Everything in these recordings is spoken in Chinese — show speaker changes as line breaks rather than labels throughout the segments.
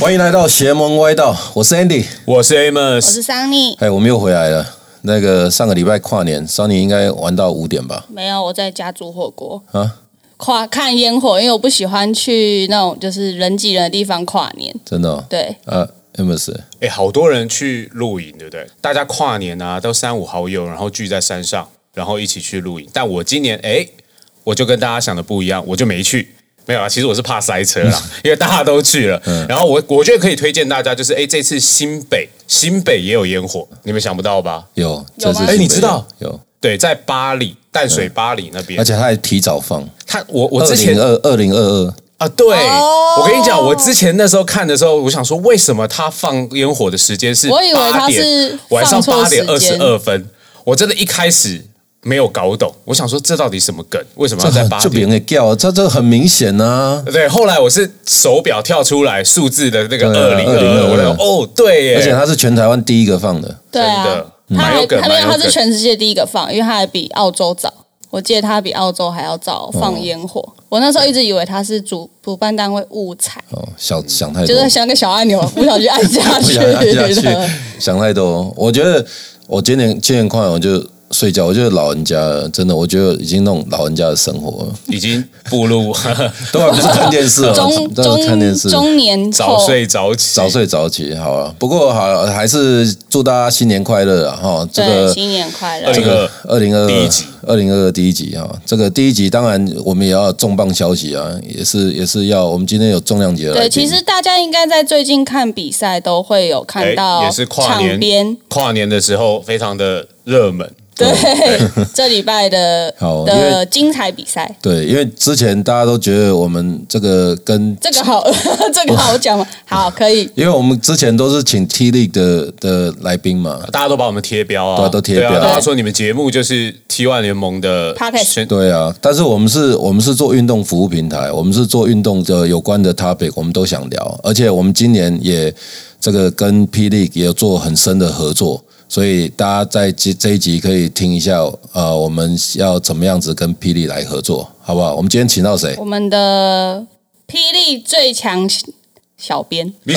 欢迎来到邪门歪道，我是 Andy。
我是
我
Amos，
是桑尼，
哎，我们又回来了。那个上个礼拜跨年，Sunny 应该玩到五点吧？
没有我在家煮火锅
啊，
跨看烟火，因为我不喜欢去那种就是人挤人的地方跨年。
真的、哦？
对，
啊，Amos，
哎，好多人去露营，对不对？大家跨年啊，都三五好友，然后聚在山上，然后一起去露营。但我今年，哎，我就跟大家想的不一样，我就没去。没有啊，其实我是怕塞车 啦，因为大家都去了。
嗯
然后我我觉得可以推荐大家，就是哎，这次新北新北也有烟火，你们想不到吧？
有，这是
吗
哎你知道
有，
对，在巴黎淡水巴黎那边，
嗯而且他还提早放，
他我我
二
之前
零二二零二二，
啊，对，
哦
我跟你讲，我之前那时候看的时候，我想说，为什么他放烟火的时间是
我以为
8
他
点
是
晚上
放错
八点二
时
十
间
二分，我真的一开始没有搞懂，我想说这到底什么梗？为什么
这
要在
很
八
就别
点？
人掉，啊这这很明显啊。
对，后来我是手表跳出来数字的那
对
个二零二，
2022
我就说哦，对耶，
而且他是全台湾第一个放的，嗯
对
真
啊
的，
他
蛮
还
有梗
他没有，
蛮有
他
梗
是全世界第一个放，因为他还比澳洲早。我记得他比澳洲还要早
哦
放烟火。我那时候一直以为他是主主办单位误踩，
哦，想想太
就
多，
是像个小按钮，不小心按下
不
去
想按下去
的。，
想太多。我觉得我今年今年跨年我就睡觉，我觉得老人家了真的，我觉得已经那种老人家的生活了，
已经步 入
都还不是看电视哦，
中
都是看电
中
视。
中年
早
后
睡早起，
哦早睡早起，好啊。不过好啊，还是祝大家新年快乐啊！哈，这
对，
个
新年快乐
这！个
二零二
第一集，
二零二二第一集哈，这个第一集当然我们也要重磅消息啊，也是也是要我们今天有重量级的来
对，
宾
其实大家应该在最近看比赛都会有看到
哎也是跨年
场边，
跨年的时候非常的热门，
对，这礼拜的
好因为
的精彩比赛，
对，因为之前大家都觉得我们这个跟
这个好， 这个好讲吗？好，可以。
因为我们之前都是请 T League 的的来宾嘛，
大家都把我们贴标啊，
对啊都贴标
对啊大家说你们节目就是 T One 联盟的
Podcast
宣
对啊，但是我们是，我们是做运动服务平台，我们是做运动的有关的 topic，我们都想聊，而且我们今年也这个跟霹雳也有做很深的合作，所以大家在这这一集可以听一下，呃，我们要怎么样子跟霹雳来合作，好不好？我们今天请到谁？
我们的霹雳最强小编，
你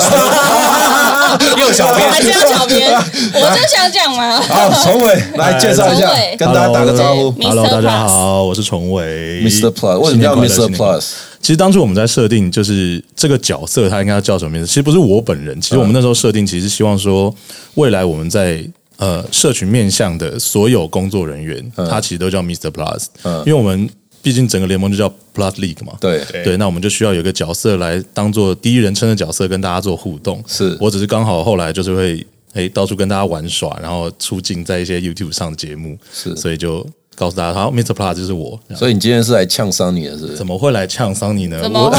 又小编
还是要小编？我 就想讲嘛。
好，啊崇 伟来介绍一下
崇伟，
跟大家打个招呼
Hello。
Hello，
Mr.
大家
Plus
好，我是崇伟。
Mr. Plus，为什么叫
新年快乐
Mr.
新年快乐
Plus？
其实当初我们在设定，就是这个角色他应该要叫什么名字？其实不是我本
嗯
人，其实我们那时候设定，其实希望说，未来我们在呃社群面向的所有工作人员，
嗯
他其实都叫 Mr. Plus，因为我们毕竟整个联盟就叫 Plus League 嘛。
对，
对
对，那我们就需要有一个角色来当做第一人称的角色跟大家做互动。
是
我只是刚好后来就是会哎到处跟大家玩耍，然后出镜在一些 YouTube 上的节目，
是
所以就告诉大家，好，Mr. Plus 就是我。这样
所以你今天是来呛伤你的是不是？
怎么会来呛桑尼呢？
怎么
我
会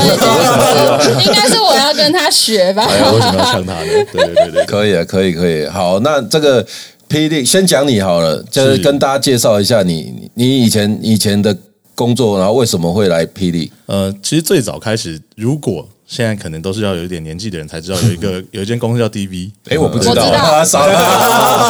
这样子？应该是我要跟他学吧。
哎呀，为什么要呛他呢？对对对对对，
可以啊，可以，可以。好，那这个霹雳先讲你好了，就是
是
跟大家介绍一下你，你以前以前的工作，然后为什么会来霹雳？
呃，其实最早开始，如果现在可能都是要有一点年纪的人才知道，有一个有一间公司叫 DV，
哎，我不知
我知
道，
道
啊，少了，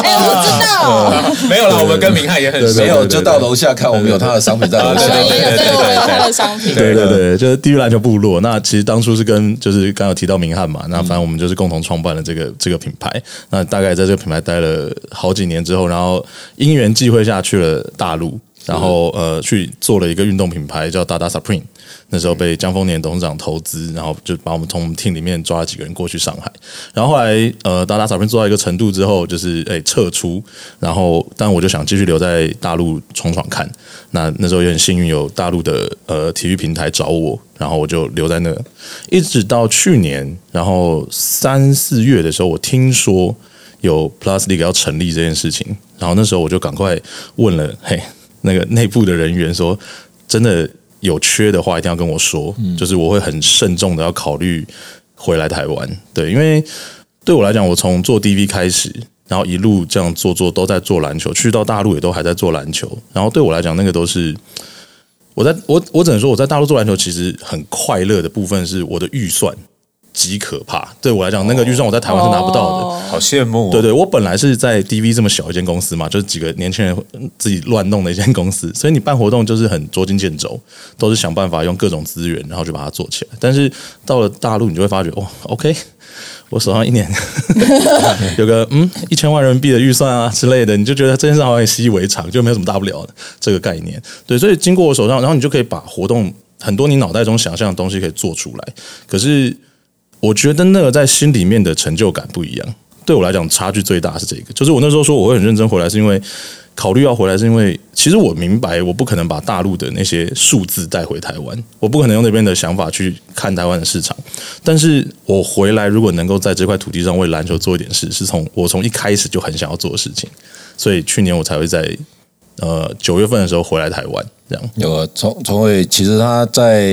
哎，我知道，
没有啦，我们跟明翰也很 熟
没。有
对对对
就到楼下看，我们有他的商品在楼
我
下。
们也有，
对对
对，
对
我们有他的商品。
对对对，就是地狱篮球部落。那其实当初是跟就是刚有提到明翰嘛，那反正我们就是共同创办了这个这个品牌。那大概在这个品牌待了好几年之后，然后因缘际会下去了大陆，然后呃去做了一个运动品牌叫达达 Supreme。那时候被江丰年董事长投资，然后就把我们从我们 team 里面抓了几个人过去上海。然后后来呃达达 Supreme 做到一个程度之后，就是哎撤出，然后但我就想继续留在大陆闯闯看。那那时候也很幸运，有大陆的呃体育平台找我，然后我就留在那，一直到去年，然后三四月的时候，我听说有 Plus League 要成立这件事情，然后那时候我就赶快问了，嘿，那个内部的人员说，真的有缺的话，一定要跟我说，就是我会很慎重的要考虑回来台湾，对，因为对我来讲，我从做 DV 开始，然后一路这样做做，都在做篮球，去到大陆也都还在做篮球。然后对我来讲，那个都是我在我我只能说，我在大陆做篮球其实很快乐的部分是我的预算极可怕。对我来讲，那个预算我在台湾是拿不到的。
哦
好羡慕、哦。
对对，我本来是在 DV 这么小一间公司嘛，就是几个年轻人嗯自己乱弄的一间公司， 所以你办活动就是很捉襟见肘，都是想办法用各种资源，然后就把它做起来。但是到了大陆，你就会发觉，哇，OK，我手上一年 有个嗯一千万人民币的预算啊之类的，你就觉得这件事好像也习以为常，就没有什么大不了的这个概念。对，所以经过我手上，然后你就可以把活动很多你脑袋中想象的东西可以做出来。可是我觉得那个在心里面的成就感不一样。对我来讲，差距最大是这个。就是我那时候说我会很认真回来，是因为考虑要回来，是因为其实我明白我不可能把大陆的那些数字带回台湾，我不可能用那边的想法去看台湾的市场。但是我回来如果能够在这块土地上为篮球做一点事，是从我从一开始就很想要做的事情，所以去年我才会在呃九月份的时候回来台湾，这样。
有啊，崇崇伟，其实他在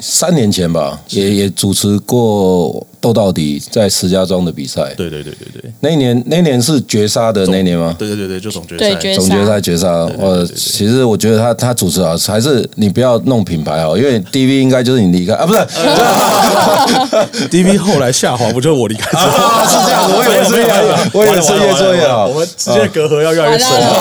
三年前吧，也也主持过斗到底在石家庄的比赛。
对对对对对，
那一年那一年是绝杀的那一年吗？
对对对对，就总决
对
赛。
决
总决赛决杀，
对对
我
对对
其实我觉得他他主持好，还是你不要弄品牌哦，因为 DV 应该就是你离开 啊，不是
DV 后来下滑，不就是我离开之后？
啊是这样我以为是我以为是
完了
越做越好
完了完了我们之间的隔阂要越来
好
越
的
深。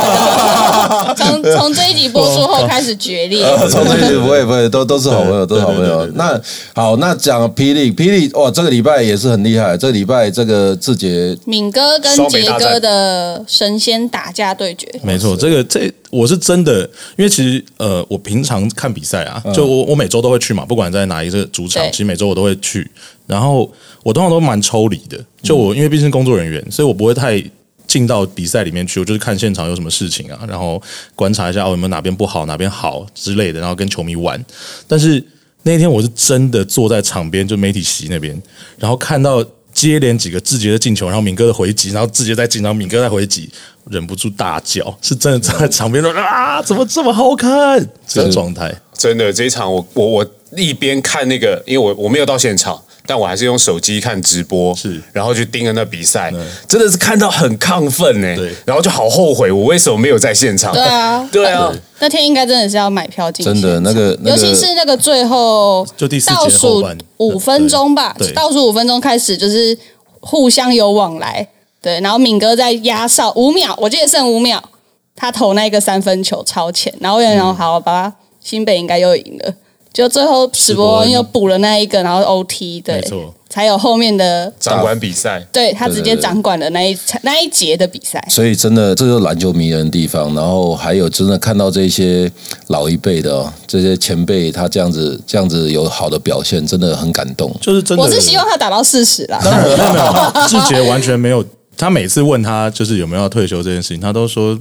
好的，从从这一集播出后开始决裂。
啊
呃
从这里不会不会，都都是好朋友，都是好朋友
对对对。对
那好，那讲霹雳，霹雳哦哇，这个礼拜也是很厉害，这个礼拜这个志杰
敏哥跟
双北
杰
大战
哥的神仙打架对决，
没错，这个这我是真的，因为其实呃，我平常看比赛啊，
嗯
就我我每周都会去嘛，不管在哪一个主场，
对
其实每周我都会去。然后我通常都蛮抽离
嗯
的，就我因为毕竟是工作人员，所以我不会太进到比赛里面去，我就是看现场有什么事情啊，然后观察一下哦有没有哪边不好、哪边好之类的，然后跟球迷玩。但是那天我是真的坐在场边，就媒体席那边，然后看到接连几个志杰的进球，然后敏哥的回击，然后志杰再进，然后敏哥再回击，忍不住大叫，是真的站在场边说啊，怎么这么好看？这个状态，
真的这一场我我我一边看那个，因为我我没有到现场，但我还是用手机看直播，
是
然后去盯着那比赛，真的是看到很亢奋呢、
对
然后就好后悔我为什么没有在现场，
对啊，
对啊，
那天应该真的是要买票进去，
真的那个那
尤
个
其是那个最后
就第四节
倒
后
数
半
五分钟吧
对对，
倒数五分钟开始就是互相有往来，对，然后敏哥在压哨五秒，我记得剩五秒，他投那个三分球超前，然后我想说好吧，新北应该又赢了。就最后史
伯
伯
恩
恩又补了那一个，然后 OT
没
对
错，
才有后面的，
掌管比赛。
对他直接
对
掌管了那一场那一节的比赛。
所以真的，这就是篮球迷人的地方。然后还有真的看到这些老一辈的、哦、这些前辈，他这样子这样子有好的表现，真的很感动。
就是真的。
我是希望他打到四十啦，
当然没有没有，志杰完全没有。他每次问他就是有没有要退休这件事情，他都说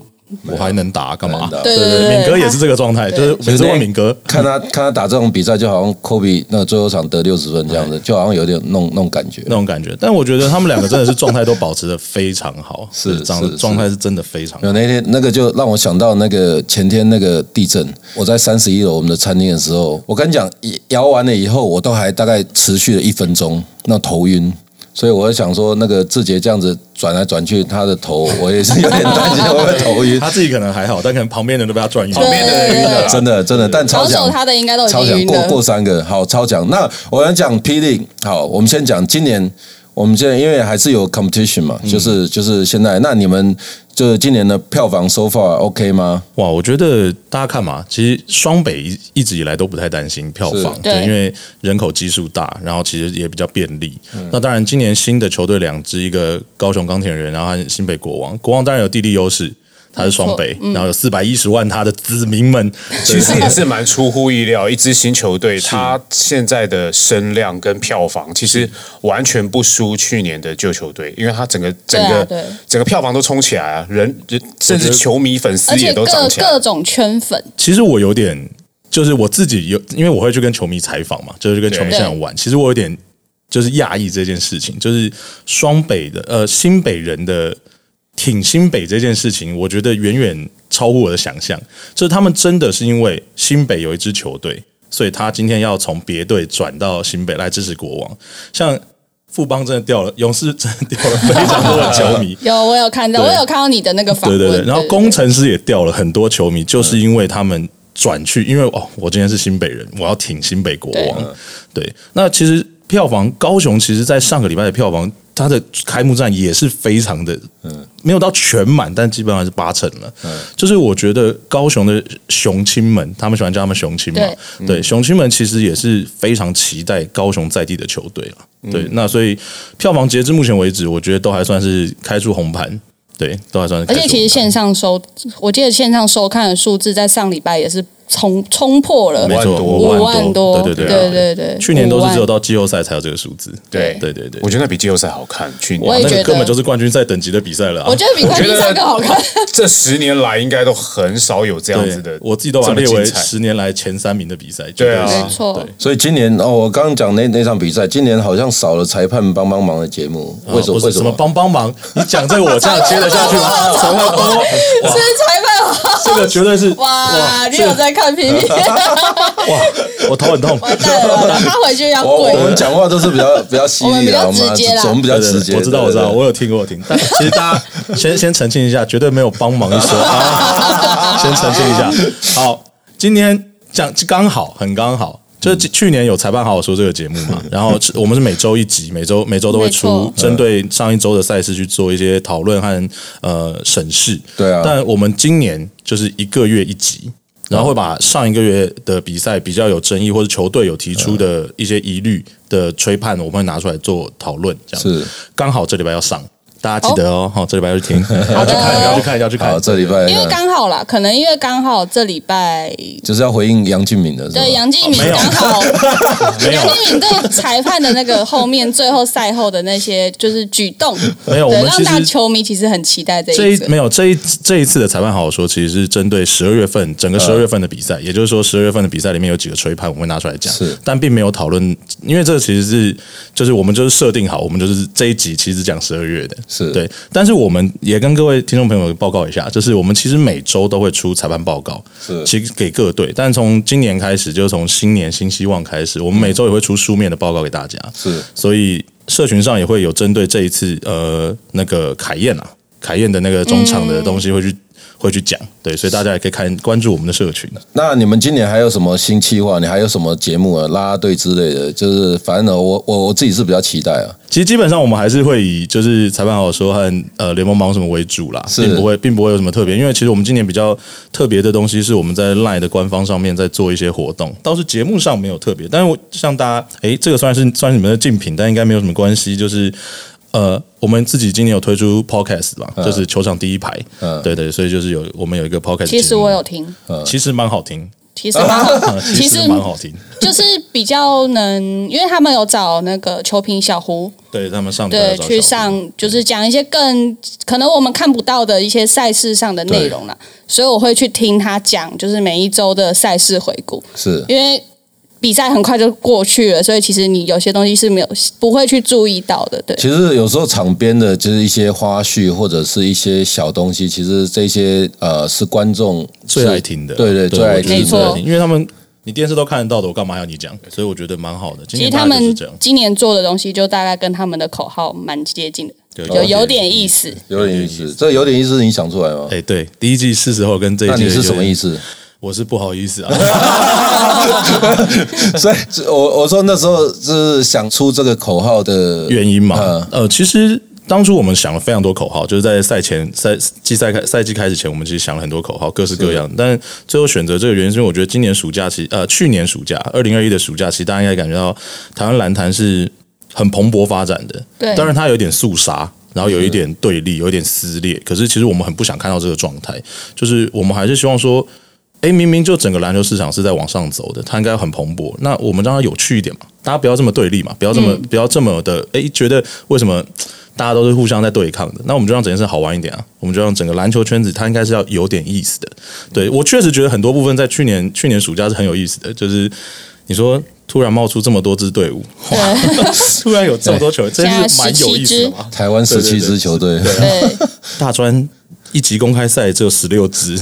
我还能打干嘛
能？打
对对对对
敏哥也是这个状态，就是每次问敏哥，
看他看他打这种比赛，就好像科比那个最后场得六十分这样子，就好像有点弄弄感觉。
那种感觉。但我觉得他们两个真的是状态都保持的非常 好，
是
这样
是
的状态是真的非常好
有。那天那个就让我想到那个前天那个地震，我在三十一楼我们的餐厅的时候，我跟你讲，摇完了以后，我都还大概持续了一分钟，那头晕。所以我就想说，那个志杰这样子转来转去，他的头我也是有点担心会不会头晕。
他自己可能还好，但可能旁边的人都被他转晕。旁
边的人晕了
真的
嗯
真的，但超
防守
强，
他的应该都已
超
经
强
晕
过
了。
过三个，好超强。那我要讲霹雳，好，我们先讲今年，我们现在因为还是有 competition
嗯
嘛，就是就是现在，那你们就是今年的票房 so far OK 吗？
哇，我觉得大家看嘛，其实双北一一直以来都不太担心票
是
房，
对
因为人口基数大，然后其实也比较便利。
嗯
那当然，今年新的球队两支，一个高雄钢铁人，然后和新北国王。国王当然有地利优势，它是双北，然后有四百一十万他的子民们，
其实也是蛮出乎意 料，一支新球队，它现在的声量跟票房其实完全不输去年的旧球队，因为它整个整个、
对啊对
整个票房都冲起来啊，人人甚
我觉
至
得
球迷粉丝
而且
也都
各
涨起来。
各种圈粉，
其实我有点，就是我自己有，因为我会去跟球迷采访嘛，就是去跟球迷现场玩。其实我有点就是讶异这件事情，就是双北的呃新北人的挺新北这件事情，我觉得远远超乎我的想象。就是他们真的是因为新北有一支球队，所以他今天要从别队转到新北来支持国王，像。富邦真的掉了，勇士真的掉了非常多的球迷，
有我有看到，
对
我有看到你的那个访
对
问。
对对，然后工程师也掉了很多球迷，就是因为他们转去，因为哦，我今天是新北人，我要挺新北国王。对，那其实。票房，高雄其实在上个礼拜的票房，它的开幕战也是非常的，嗯，没有到全满，但基本上是八成了。嗯，就是我觉得高雄的雄亲们，他们喜欢叫他们雄亲嘛，对，嗯雄亲们其实也是非常期待高雄在地的球队了。对，那所以票房截至目前为止，我觉得都还算是开出红盘。对，都还算是开
而
出
且
红盘。
其实线上收，我记得线上收看的数字在上礼拜也是冲冲破了
没错，
五
五
万多
万多，
对对
对
对
对
去年都是只有
五万
到季后赛才有这个数字。
对
对对对，
我觉得那比季后赛好看。去
我
年
也
那
觉
个
得
根本就是冠军赛等级的比赛了啊。
我觉得比
我
快
觉
递
得
赛更好看。
这十年来应该都很少有这样子
对
的，
我自己都把
这
它
么
列
精
为
彩
十年来前三名的比赛。
对啊
绝是
没错
对，
所以今年哦，我刚刚讲那那场比赛，今年好像少了裁判帮帮忙的节目，为什么？
啊不是
为什
什么
么？
帮帮忙？你讲这个我这样接得下 去吗？裁判帮帮忙，
是裁判好
这个绝对是
哇！你
这
有
个
在看 P P？
哇，我头很痛。
完蛋了，他回去要
我
跪
我。们讲话都是比 较比较犀利的，
啊我
我
们比较直接啦
们啊我们比较
对对
直
对
接。
我知道，我知道，
对对
我有听过，我有听。但其实大 家先先澄清一下，绝对没有帮忙一 说，啊、先澄清一下。好，今天讲刚好，很刚好。就是去年有裁判好好说这个节目 嘛，然后是我们是每周一集，每周每周都会
没
出
错
针对上一周的赛事去做一些讨论和呃审视。
对啊
但呃我们今年就是一个月一集，
哦
然后会把上一个月的比赛比较有争议或者球队有提出的
嗯
一些疑虑的吹判，我们会拿出来做讨论。这样
是
刚好这礼拜要上，大家记得哦，好、这礼拜要去听，要去看， 要去看，要去
好，
看。
这礼拜
因为刚好啦，可能因为刚好这礼拜
就是要回应杨敬敏的，是吧
对杨敬敏
没有
刚好，
没有啊
杨敬敏对裁判的那个后面最后赛后的那些就是举动，
没有我
对，
们
让
其实
大球迷其实很期待这
这
一
一
则。
没有这一这一次的裁判好好说，其实是针对十二月份整个
呃
十二月份的比赛，也就是说十二月份的比赛里面有几个吹判，我们会拿出来讲
是，
但并没有讨论，因为这个其实是就是我们就是设定好，我们就是这一集其实讲十二月的，
是
对，但是我们也跟各位听众朋友报告一下，就是我们其实每周都会出裁判报告，
是
其实给各队，但从今年开始，就是从新年新希望开始，我们每周也会出书面的报告给大家，
是
所以社群上也会有针对这一次呃那个凯宴啊，凯宴的那个中场的东西会去、会去讲，对，所以大家也可以看关注我们的社群。啊
那你们今年还有什么新计划？你还有什么节目啊？啦啦队之类的，就是反正我我我自己是比较期待啊。
其实基本上我们还是会以就是裁判好说和呃联盟忙什么为主啦，
是
并不会并不会有什么特别，因为其实我们今年比较特别的东西是我们在 LINE 的官方上面在做一些活动，倒是节目上没有特别，但是我像大家诶，这个算是算是你们的竞品，但应该没有什么关系，就是。呃，我们自己今年有推出 podcast 吧，就是球场第一排，
嗯
对对，所以就是有我们有一个 podcast，
其实
节目呃
我有，听，
其实蛮好听，
其实蛮 好， 其
实
实
蛮好听，
就是比较能，因为他们有找那个球评小胡，
对他们上礼拜
对
有，找
去
小
上就是讲一些更可能我们看不到的一些赛事上的内容啦，所以我会去听他讲，就是每一周的赛事回顾，
是
因为比赛很快就过去了，所以其实你有些东西是没有不会去注意到的，对。
其实有时候场边的就是一些花絮或者是一些小东西，其实这些呃是观众
最
是
爱听的，
对对最爱听
没
的。
错
最爱听因为他们你电视都看得到的，我干嘛要你讲？所以我觉得蛮好的。今
其实
天
他
大概就是
们
这样，
今年做的东西，就大概跟他们的口号蛮接近的，
哦对
有有点意。思。
有点意思，这有点意思，你想出来吗？
哎，对，第一季是时候跟这一
那
季
你是什么意
思？
思？
我是不好 意思啊，
所以，这我我说那时候是想出这个口号的
原因嘛
嗯。
呃，其实当初我们想了非常多口号，就是在赛前赛季赛开赛季开始前，我们其实想了很多口号，各式各样。但最后选择这个原因，是因为我觉得今年暑假其实呃去年暑假二零二一的暑假，其实大家应该感觉到台湾篮坛是很蓬勃发展的。
对
当然它有一点肃杀。然后有一点对立，有一点撕裂，可是其实我们很不想看到这个状态，就是我们还是希望说，诶，明明就整个篮球市场是在往上走的，它应该很蓬勃。那我们让它有趣一点嘛，大家不要这么对立嘛，不要这么、不要这么的，诶，觉得为什么大家都是互相在对抗的？那我们就让整件事好玩一点啊，我们就让整个篮球圈子它应该是要有点意思的。对我确实觉得很多部分在去年去年暑假是很有意思的，就是你说突然冒出这么多支队伍，哇，突然有这么多球， 真是蛮有意思的嘛。
台湾十七支球队，
对，
大专一级公开赛只有十六支，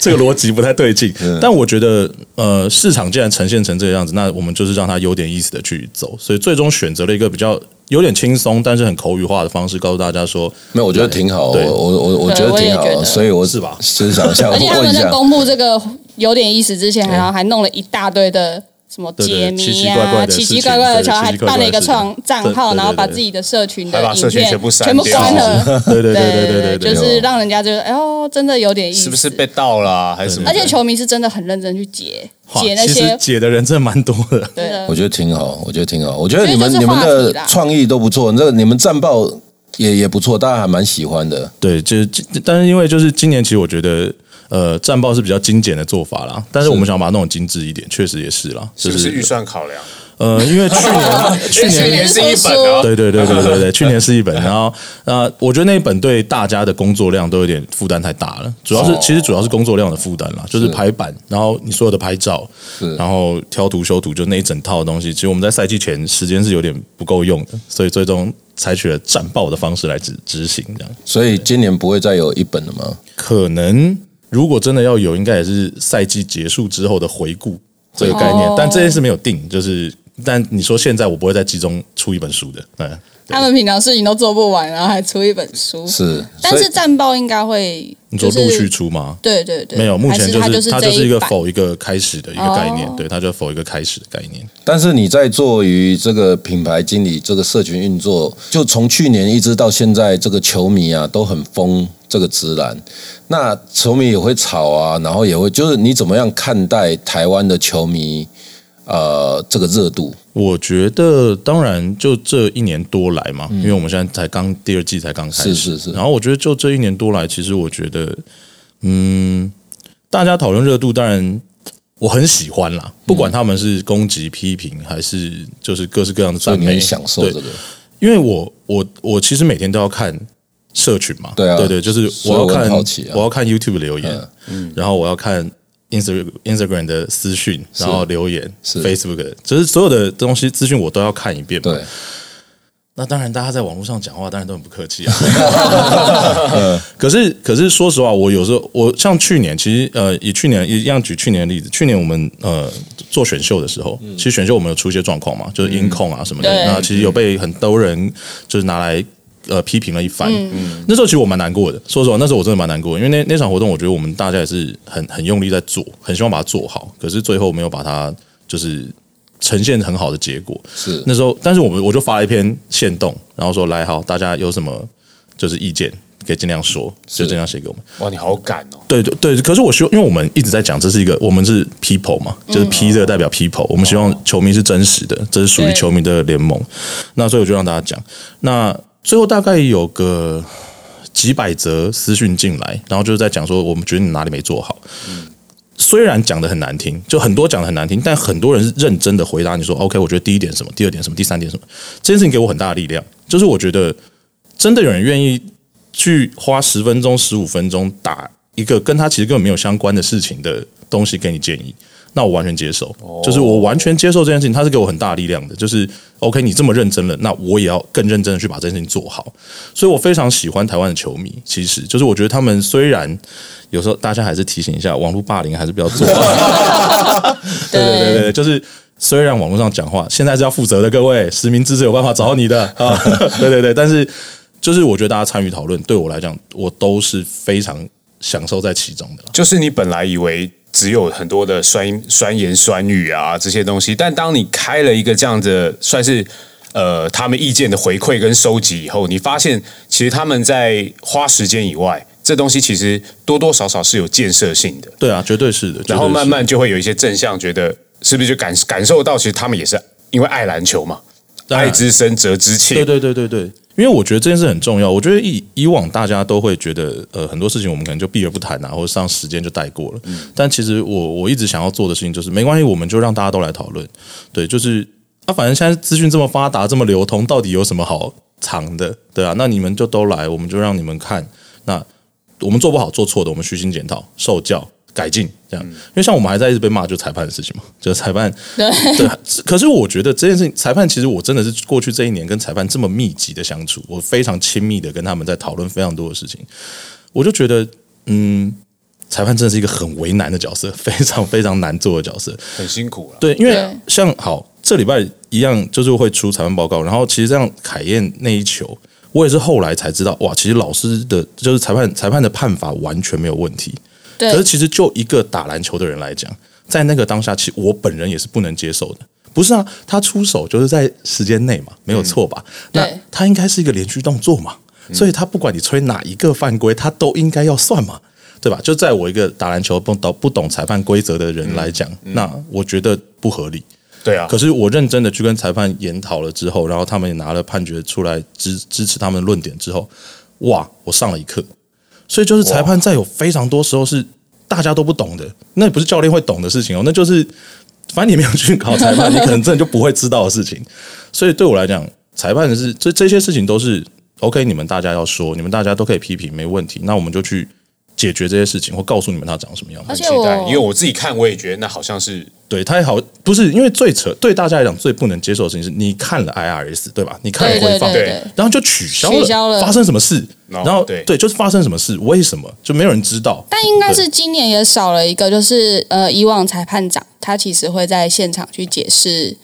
这个逻辑不太对劲。但我觉得，呃，市场既然呈现成这个样子，那我们就是让它有点意思的去走。所以最终选择了一个比较有点轻松，但是很口语化的方式，告诉大家说，
没有，我觉得挺好，我
对
我我我
对
觉得
我也
挺
觉
好，
得
所以我
是吧
就是想一下，我
而且他
问
们
一
在
下，
公布这个有点意思之前，然后还弄了一大堆的什么
对对
解
奇
谜
奇
呀、
怪怪的
奇
事
奇
情
怪怪的
对
桥，
奇
还
奇怪
办
怪
了一
的
个
事
创
情
账
对
号，
对
然后
对
把
对
自己的社群
还把
的
社
影
群
片
全部删
全部
掉
关了，
对对
对
对对对哦
就
对，
是让人家觉得哎呦，真的有点意思，
是不是？被盗了啊、还是什么？
而且球迷是真的很认真去解
哇
解那
其实
些，
解的人真的蛮多的。
对的
我觉得挺好，我觉得挺好。我觉得你
所以
们
这是
你们
话
的
题啦
创意都不错，那你们战报也也不错，大家还蛮喜欢的。
对，就是今但是因为就是今年，其实我觉得呃，战报是比较精简的做法啦，但是我们想把它弄得精致一点，确实也是啦，
是
就
不是预算考量？
呃，因为去年去
去
年
年
是
是
一
出
本啊
书，
对对对对对对，去年是一本，然后呃，我觉得那一本对大家的工作量都有点负担太大了，主要是、
哦
其实主要是工作量的负担啦，就是排版，然后你所有的拍照
是，
然后挑图修图，就那一整套的东西，其实我们在赛季前时间是有点不够用的，所以最终采取了战报的方式来执执行，这样
所以今年不会再有一本了吗？
可能如果真的要有，应该也是赛季结束之后的回顾这个概念
哦，
但这件事没有定，就是但你说现在我不会在季中出一本书的，嗯。
他们平常事情都做不完，然后还出一本书，
是，
但
所以
是战报应该会
你说
就是
陆续出吗？
对对对，
没有，目
呃还
前
是它
是它
这
就是一个
版
否一个开始的一个概念，
哦
对，它就否一个开始的概念。
但是你在做于这个品牌经理、这个社群运作，就从去年一直到现在，这个球迷啊都很疯这个直男，那球迷也会吵啊，然后也会就是你怎么样看待台湾的球迷呃这个热度？
我觉得，当然，就这一年多来嘛，因为我们现在才刚第二季才刚开始，
嗯是是是
然后我觉得，就这一年多来，其实我觉得，嗯，大家讨论热度，当然我很喜欢啦，不
嗯
管他们是攻击、批评，还是就是各式各样的
所以
赞
你
美，
很享受
对
这个，
因为我我我其实每天都要看社群嘛，
对啊
对对，就是
所以
我要
我很
看
好奇啊嗯
我要看 YouTube 留言，然后我要看 Instagram Instagram 的私讯，然后留言
是
Facebook，的就是所有的东西资讯我都要看一遍嘛。
对，
那当然，大家在网络上讲话，当然都很不客气 啊。呃可是，可是说实话，我有时候我像去年，其实呃，以去年一样举去年的例子，去年我们呃做选秀的时候，其实选秀我们有出一些状况嘛，就是音控啊什么的，
对
那其实有被很多人就是拿来。呃，批评了一番，那时候其实我蛮难过的。说实话，那时候我真的蛮难过的，因为那那场活动，我觉得我们大家也是很很用力在做，很希望把它做好，可是最后没有把它就是呈现很好的结果。
是
那时候，但是我们我就发了一篇线动，然后说来好，大家有什么就是意见可以尽量说，就尽量写给我们。
哇，你好敢哦！
对对对，可是我希望，因为我们一直在讲，这是一个我们是 people 嘛，就是 P 这个代表 people，、我们希望球迷是真实的，这是属于
对
球迷的联盟。那所以我就让大家讲，那最后大概有个几百则私讯进来，然后就是在讲说，我们觉得你哪里没做好。虽然讲的很难听，就很多讲的很难听，但很多人是认真的回答你说，OK，我觉得第一点是什么，第二点是什么，第三点是什么，这件事情给我很大的力量，就是我觉得真的有人愿意去花十分钟、十五分钟打一个跟他其实根本没有相关的事情的东西给你建议，那我完全接受，
哦
就是我完全接受这件事情，它是给我很大的力量的。就是 OK，你这么认真了，那我也要更认真的去把这件事情做好。所以我非常喜欢台湾的球迷，其实就是我觉得他们虽然有时候大家还是提醒一下，网络霸凌还是不要做。对对对对对，就是虽然网络上讲话，现在是要负责的，各位实名制是有办法找到你的啊。 对对对，但是就是我觉得大家参与讨论，对我来讲，我都是非常享受在其中的啦。
就是你本来以为只有很多的酸酸言酸语啊这些东西，但当你开了一个这样的算是呃他们意见的回馈跟收集以后，你发现其实他们在花时间以外，这东西其实多多少少是有建设性的，
对啊，绝对是的。
然后
绝对是
慢慢就会有一些正向，觉得是不是就感感受到，其实他们也是因为爱篮球嘛，
当然
爱之深责之切，
对对对对对，因为我觉得这件事很重要。我觉得以以往大家都会觉得，呃，很多事情我们可能就避而不谈啊，或者上时间就带过了。但其实我我一直想要做的事情就是，没关系，我们就让大家都来讨论。对，就是啊，反正现在资讯这么发达，这么流通，到底有什么好藏的？对啊，那你们就都来，我们就让你们看。那我们做不好、做错的，我们虚心检讨、受教、改进，这样。因为像我们还在一直被骂，就裁判的事情嘛，就是裁判
对
对，可是我觉得这件事情，裁判其实我真的是过去这一年跟裁判这么密集的相处，我非常亲密的跟他们在讨论非常多的事情，我就觉得，嗯，裁判真的是一个很为难的角色，非常非常难做的角色。
很辛苦了。
对，因为
对
像好这礼拜一样，就是会出裁判报告，然后其实像凯燕那一球，我也是后来才知道，哇，其实老师的就是裁判裁判的判罚完全没有问题，可
对
是其实就一个打篮球的人来讲，在那个当下，其实我本人也是不能接受的。不是啊，他出手就是在时间内嘛，没有错吧？那
嗯对
他应该是一个连续动作嘛，所以他不管你吹哪一个犯规，他都应该要算嘛，对吧？就在我一个打篮球不懂不懂裁判规则的人来讲，
嗯
那我觉得不合理。
对啊，
可是我认真的去跟裁判研讨了之后，然后他们也拿了判决出来支支持他们的论点之后，哇，我上了一课。所以就是裁判在有非常多时候是大家都不懂的，那也不是教练会懂的事情哦，那就是反正你没有去考裁判，你可能真的就不会知道的事情。 所以对我来讲，裁判是这这些事情都是 OK，你们大家要说，你们大家都可以批评，没问题。那我们就去解决这些事情，或告诉你们它长什么样子
而。
期
且我
待，因为我自己看我也觉得那好像是
对他也好，不是因为最扯，对大家来讲最不能接受的事情是你看了 IRS 对吧？你看了
对
回
对
放，
对
对
对，
然后就取消了，
取消了
发生什么事？
哦
然后
对
对，就是发生什么事？为什么？就没有人知道。
但应该是今年也少了一个，就是呃，以往裁判长他其实会在现场去解释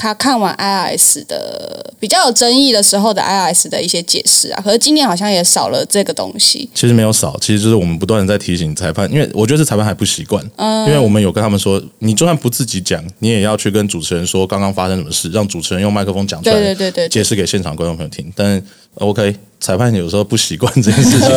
他看完 IRS 的比较有争议的时候的 IRS 的一些解释啊。可是今年好像也少了这个东西，
其实没有少，其实就是我们不断的在提醒裁判，因为我觉得是裁判还不习惯，
嗯
因为我们有跟他们说，你就算不自己讲，你也要去跟主持人说刚刚发生什么事，让主持人用麦克风讲出来，
对对对对对
解释给现场观众朋友听。但呃 OK，裁判有时候不习惯这件 事情，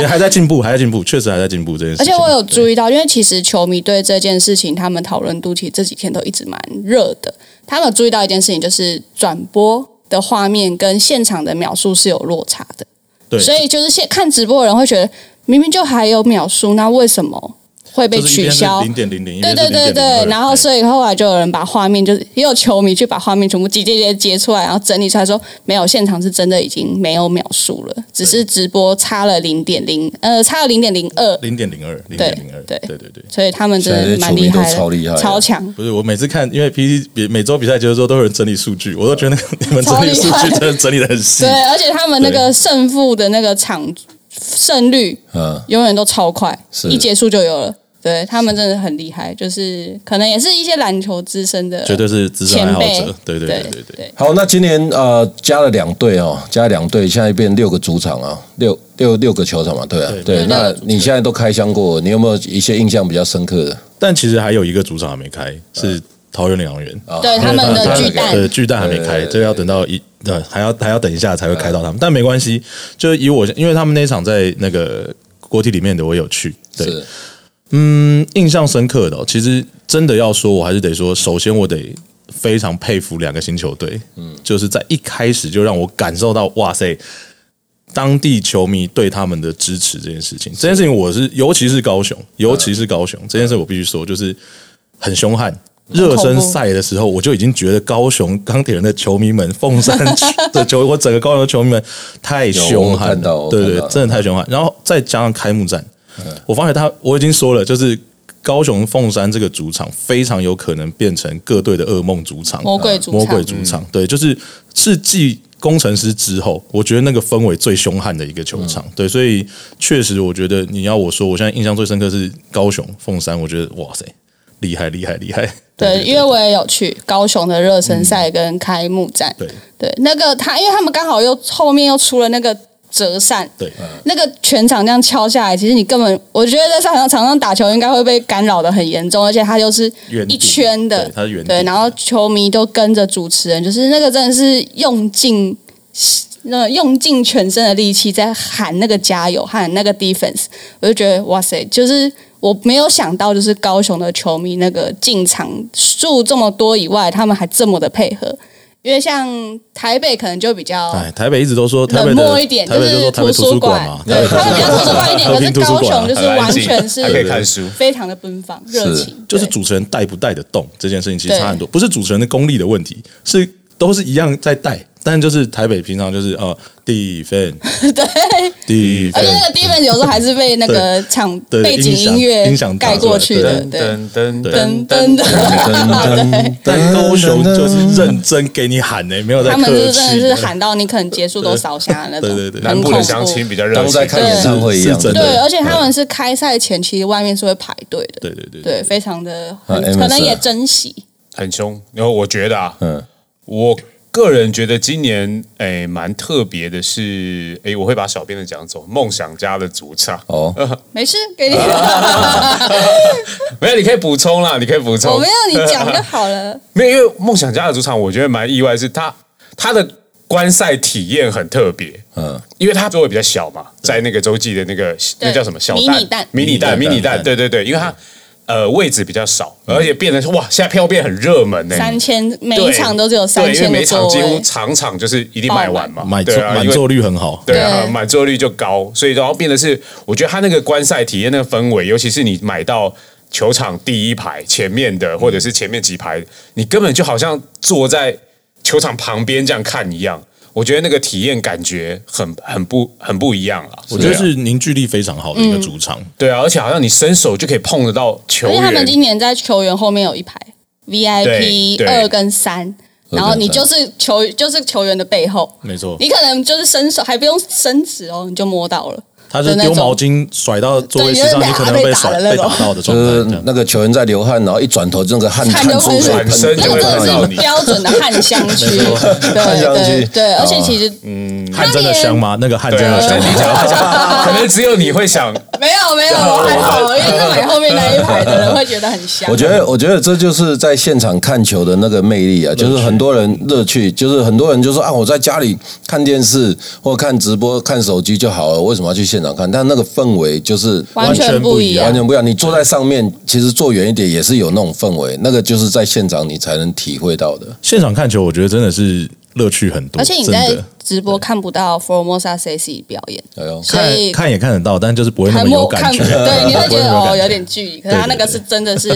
也还在进步，还在进步，确实还在进步这件事
而
情。
且我有
对
注意到，因为其实球迷对这件事情他们讨论度其实这几天都一直蛮热的。他们有注意到一件事情，就是转播的画面跟现场的描述是有落差的。
对，
所以就是现看直播的人会觉得，明明就还有秒数，那为什么会被取消
零？点零零，
对对对对，然后所以后来就有人把画面，就是也有球迷去把画面全部截截截截出来，然后整理出来说，没有现场是真的已经没有秒数了，只是直播差了零点零，呃，差了零点零二，
零点零二，零点零二，对对对。
所以他们真的蛮厉
现在这
害
些球迷都超厉害
的，
的啊嗯
超强。
不是，我每次看，因为 P T 每每周比赛结束之后都有人整理数据，我都觉得那个 你们整理数
超厉害
据真的整理的很细
对。，而且他们那个胜负的那个场胜率
嗯，
永远都超快
是，
一结束就有了。对他们真的很厉害，就是可能也是一些篮球资深的，
绝对是资深爱好
前
者
辈。
对对对对
对
对。
对
好，那今年呃加了两队哦，加了两队，现在变六个主场啊，六六六个球场嘛，对啊，
对
对。
六
那
个主
你现在都开箱过，你有没有一些印象比较深刻的？
但其实还有一个主场还没开，
嗯
是桃园两园。
啊
对他们的
对
巨蛋
对巨蛋还没开，
对嗯
这个要等到一呃还要还要等一下才会开到他们，但没关系，就是以我因为他们那场在那个国体里面的我有去，对，
是
嗯，印象深刻的哦、其实真的要说，我还是得说，首先我得非常佩服两个新球队，嗯，就是在一开始就让我感受到，哇塞，当地球迷对他们的支持这件事情，这件事情我是，尤其是高雄，尤其是高雄、这件事，我必须说，就是很凶悍。热身赛的时候，我就已经觉得高雄钢铁人的球迷们、凤山的球，我整个高雄的球迷们太凶悍
有
了，
我看到
对对
我看到，嗯
真的太凶悍。然后再加上开幕战，我发现他我已经说了，就是高雄凤山这个主场非常有可能变成各队的噩梦主场，
魔鬼主场
魔鬼主场，对，就是是继工程师之后，我觉得那个氛围最凶悍的一个球场，
嗯
对，所以确实我觉得你要我说，我现在印象最深刻是高雄凤山，我觉得哇塞，厉害厉害厉害，
对，因为我也有去高雄的热
嗯
身赛跟开幕战，
对
对，那个他，因为他们刚好又后面又出了那个折扇，
对。
那个全场这样敲下来，其实你根本，我觉得在场上场上打球应该会被干扰的很严重，而且它又是
圆顶
一圈的
对，它是圆顶
对，然后球迷都跟着主持人，就是那个真的是用尽。那用尽全身的力气在喊那个加油，喊那个 defense，我就觉得哇塞，就是我没有想到，就是高雄的球迷那个进场数这么多以外，他们还这么的配合，因为像台北可能就比较
哎，台北一直都说台北
冷
的
漠一点，
台
就
北都
是
说台
图
北图
书
馆嘛，
对，他们比较图书馆一点，
和
可
平
是
图书
高
馆啊
雄就是
很安
完
静
全是
还可以看书，
非常的奔放、热情，
就是
对
主持人带不带得动这件事情，其实
对
差很多。不是主持人的功力的问题，是都是一样在带，但就是台北平常就是呃，defend
对，
defend，
而且那个 d e f e n 有时候还是被那个场
对
背景音
音
乐
响
盖过去的，
噔
对，
噔噔噔
噔噔
噔
的，
但高雄就是认真给你喊呢、没有在
他
客
们
气。
就是真的是喊到你可能结束都烧瞎了那种，
对对对
南
很
部
恐
的相亲
怖。
比较热
当在
情，
看演唱会一样，
是真的
对，而且他们是开赛前，其实外面是会排队的，
对对对
对，非常的，
啊
很可能
Emerson
也珍惜。
很凶。然后我觉得啊，
嗯
我个人觉得今年诶蛮特别的是，诶我会把小编的讲走，梦想家的主场
哦，
没事，给 你，
没有，你可以补充啦，你可以补充。
我没有你讲就好了。
没有，因为梦想家的主场，我觉得蛮意外，是他他的观赛体验很特别，
嗯，
因为他座位比较小嘛，在那个洲际的那个那叫什么小
迷你蛋
迷你蛋、迷
迷你
你蛋，
蛋蛋
对对对，因为他呃位置比较少，而且变得哇，现在票变很热门呢、
三千，每一
对
场都只有三
对因为
千
每
个
一场
座
几乎
位，
场场就是一定卖完嘛，
满座
对啊，
满
因为
座率很好，
对啊，
对
满座率就高，所以然后变得是，我觉得他那个观赛体验那个氛围，尤其是你买到球场第一排前面的，或者是前面几排，你根本就好像坐在球场旁边这样看一样。我觉得那个体验感觉很很不很不一样了。
我觉得
对啊
是凝聚力非常好的一个主场。
嗯
对啊，而且好像你伸手就可以碰得到球
而且
员。
他们今年在球员后面有一排
对
VIP
对
二跟三，然后你就是球就是球员的背后，
没
嗯
错，
你可能就是伸手还不用伸直哦，你就摸到了。
他就是丢毛巾甩到座位
对
之上，
就是
你可能被甩
被打的那
被
种
打到的
嗯
状
就是
态。这样
那个球员在流汗，然后一转头，那个汗
汗就
汗出水
会
喷，
转身
那
就
个
会
真
看到
的
你
是标准的汗 香区，
汗香
对
区
对对，而且
哦
其实
嗯
汗真的香吗？那个汗真
对啊，
的香
你想
吗？
要想，可能只有你会想，
没有没有，我还好，因为是买后面那一排的人会觉得很香。
我觉得，我觉得这就是在现场看球的那个魅力啊，就是很多人乐趣，就是很多人就说啊，我在家里看电视或看直播、看手机就好了，为什么要去现场看？但那个氛围就是
完全不一
完
样。
全不一样。你坐在上面，其实坐远一点也是有那种氛围，那个就是在现场你才能体会到的。
现场看球，我觉得真的是乐趣很多，
而且你
真
在
的
直播看不到 Formosa Sassy 表演，
哎呦，
所
看
以
看也看得到，但就是不会那
很
么有
默
感
看，
觉。
对，你会觉
不
得
那么
哦
感觉
有点距离，可是他那个是真的是，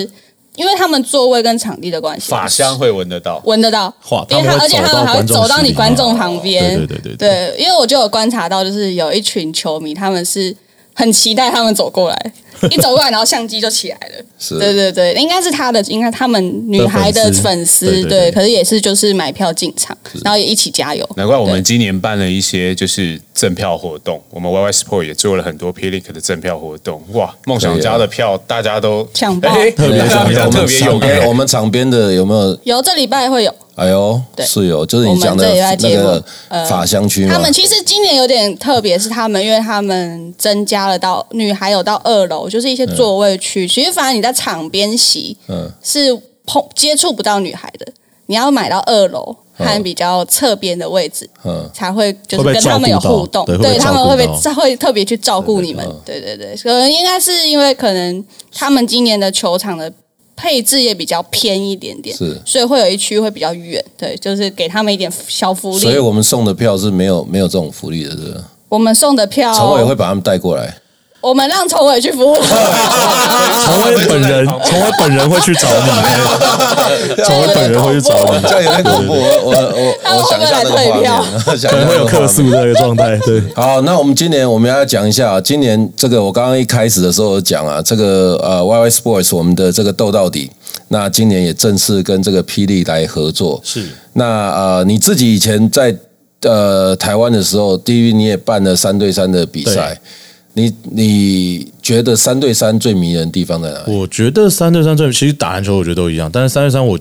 因为他们座位跟场地的关系，
法香会闻得到。
闻得到
哇，
因为
他们会
而且
走
他
到
们还会
观众
走到
席
你
里
观
面
众旁边，
对对对对
对，因为我就有观察到，就是有一群球迷，他们是很期待他们走过来，一走过来，然后相机就起来 了，
是
对对对，应该是他的，应该他们女孩的
的粉丝
粉丝，
对对对
可是也是就是买票进场，然后也一起加油，
难怪我们今年办了一些就是赠票活动，我们 YY Sport 也做了很多 P Link 的赠票活动。哇，梦想家的票大家都
抢爆
哎
特别
大家
抢
比较
爆
特别有
哎 我
感。
们场边的有没有？
有这礼拜会有。
哎呦，
对
是有，就是你讲的
我们这里在
那
节目
个
呃
法香区吗
他？们其实今年有点特别，是他们因为他们增加了到女孩有到二楼，就是一些座位区。其实反正你在场边席，
嗯
是碰接触不到女孩的，你要买到二楼和比较侧边的位置，
嗯，
才会就
嗯会
是
被
跟他们有
照顾到
互动，
对会被
对他们会被
照顾到
会特别去照顾你们，对
嗯
对对，可能应该是因为可能他们今年的球场的。配置也比较偏一点点，
是
所以会有一区会比较远，对，就是给他们一点小福利
所以。我们送的票是没有没有这种福利的，是不是？
我们送的票，
常委会把他们带过 来。
我们让筹委去服务，
从我本人， 从我本人会去找你， 从我本人会去找 你，
这样有点恐怖。我我我
那
我
我
想一下那个
会不
画
会
面
来
想
退，
一下
可能会有
那个画
客
面
诉的一个状态。对，
好，那我们今年我们要讲一下，今年这个我刚刚一开始的时候有讲啊，这个呃 YY Sports 我们的这个斗到底，那今年也正式跟这个霹雳来合作。
是
那呃你自己以前在呃台湾的时候，第一你也办了三对三的比赛
对，
你你觉得三对三最迷人的地方在哪里？
我觉得三对三这其实打篮球我觉得都一样，但是三对三我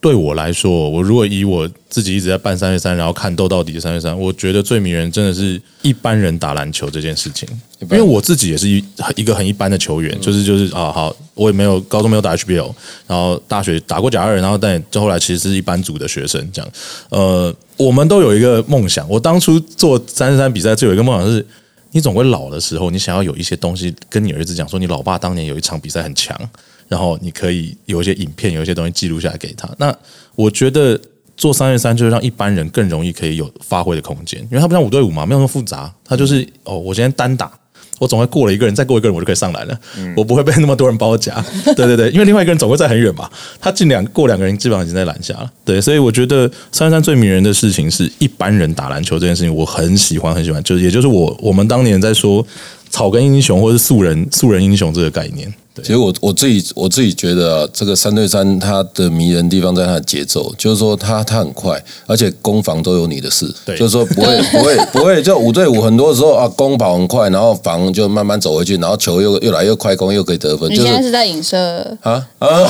对我来说，我如果以我自己一直在办三对三，然后看斗到底的三对三，我觉得最迷人真的是一般人打篮球这件事情。因为我自己也是一很一个很一般的球员，就是就是啊，好，我也没有高中没有打 HBL，然后大学打过甲二，然后但后来其实是一班组的学生这样。呃，我们都有一个梦想，我当初做三对三比赛最有一个梦想是，你总会老的时候，你想要有一些东西跟你儿子讲，说你老爸当年有一场比赛很强，然后你可以有一些影片，有一些东西记录下来给他。那我觉得做三对三就是让一般人更容易可以有发挥的空间，因为他不像五对五嘛，没有那么复杂，他就是哦，我今天单打。我总会过了一个人，再过一个人，我就可以上来了。我不会被那么多人包夹。对对对，因为另外一个人总会在很远嘛，他进两过两个人，基本上已经在篮下 了。对，所以我觉得三三最迷人的事情是一般人打篮球这件事情，我很喜欢很喜欢，就是也就是我我们当年在说草根英雄或是素人素人英雄这个概念。
其实我我自己我自己觉得、啊，这个三对三它的迷人地方在它的节奏，就是说它它很快，而且攻防都有你的事，
对
就是说不会不会不会，就五对五很多时候啊，攻跑很快，然后防就慢慢走回去，然后球又又来又快攻又可以得分，
你
就
现在
是
是在影射
啊啊！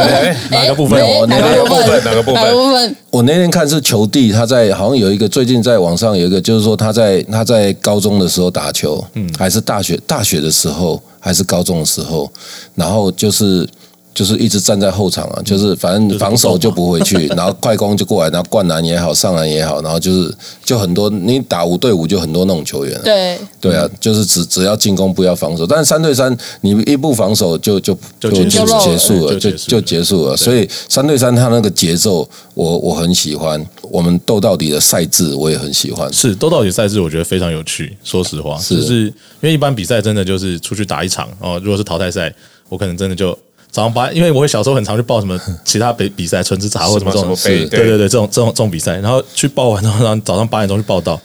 哎，
哪个部分？
哎
哪个
个
部分哪个部分
哪个部分？
我那天看是球弟，他在好像有一个最近在网上有一个，就是说他在他在高中的时候打球，嗯，还是大学大学的时候，还是高中的时候，然后就是就是一直站在后场啊，就是反正防守就不回 去，然后快攻就过来，然后灌篮也好，上篮也好，然后就是就很多你打五对五就很多那种球员、啊，
对，
对啊，就是只只要进攻不要防守，但是三对三你一不防守就就
就
就
结
束了
结束了，就
就结束了
就结束了。所以三对三他那个节奏，我我很喜欢。我们斗到底的赛制我也很喜欢。
是斗到底赛事，我觉得非常有趣。说实话，
是
就是因为一般比赛真的就是出去打一场哦。如果是淘汰赛，我可能真的就早上八，因为我小时候很常去报什么其他比比赛，纯吃茶或什么这
什么
种，
什么杯
对对对，这种这种这种比赛，然后去报完，然后早上八点钟去报道，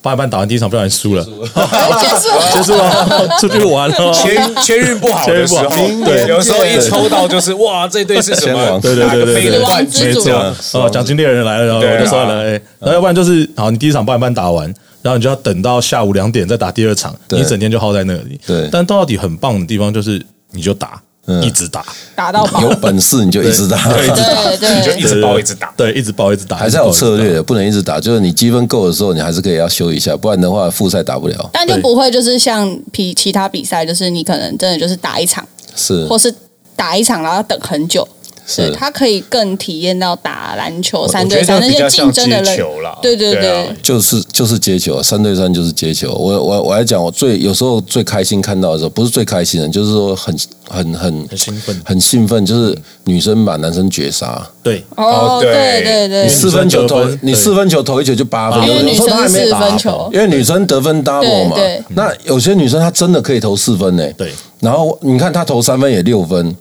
八点半打完第一场，不小心输了，
结束了。
结束 了，出去玩了。
签签运不好的时候
签运不好，
对，
对
有时候一抽到就是哇，这队 是什
前
么？
往
对对对对对
哪个杯的冠军
没错
这样
嗯
哦，奖金猎人来了，然后
对
我
啊
就算了，哎、然后要不然就是，好，你第一场八点半打完，然后你就要等到下午两点再打第二场，
对
你一整天就耗在那里。
对
但到底很棒的地方就是，你就打，
嗯
一直打，
打到饱，
有本事你就一直打，
对
你就一
对
直包一直打。
对，一直爆，一直打，
还是要有
一直爆
策略，的，不能一直打。就是你积分够的时候，你还是可以要休一下，不然的话复赛打不了。
但就不会就是像比其他比赛，就是你可能真的就是打一场，
是
或是打一场然后要等很久。对，
是。
他可以更体验到打篮球三
我
对
觉得
三那
比
些
较
竞
像
争的
接
人，
球啦，
对对
啊
对，
就是就是接球，啊三对三就是接球。我我我还讲，我最有时候最开心看到的时候，不是最开心的，就是说很很很
很兴奋，
很兴奋，就是女生把男生绝杀，
对，
哦
哦，
对
对对对
你，四分球投
女生得分，
你
对
四分球投一球就八分，
因
因为
有
女
时候她
生
还没
四
打，
分球，
因为女生得分 double 嘛
对对，
那有些女生她真的可以投四分呢，
对，
然后你看她投三分也六分。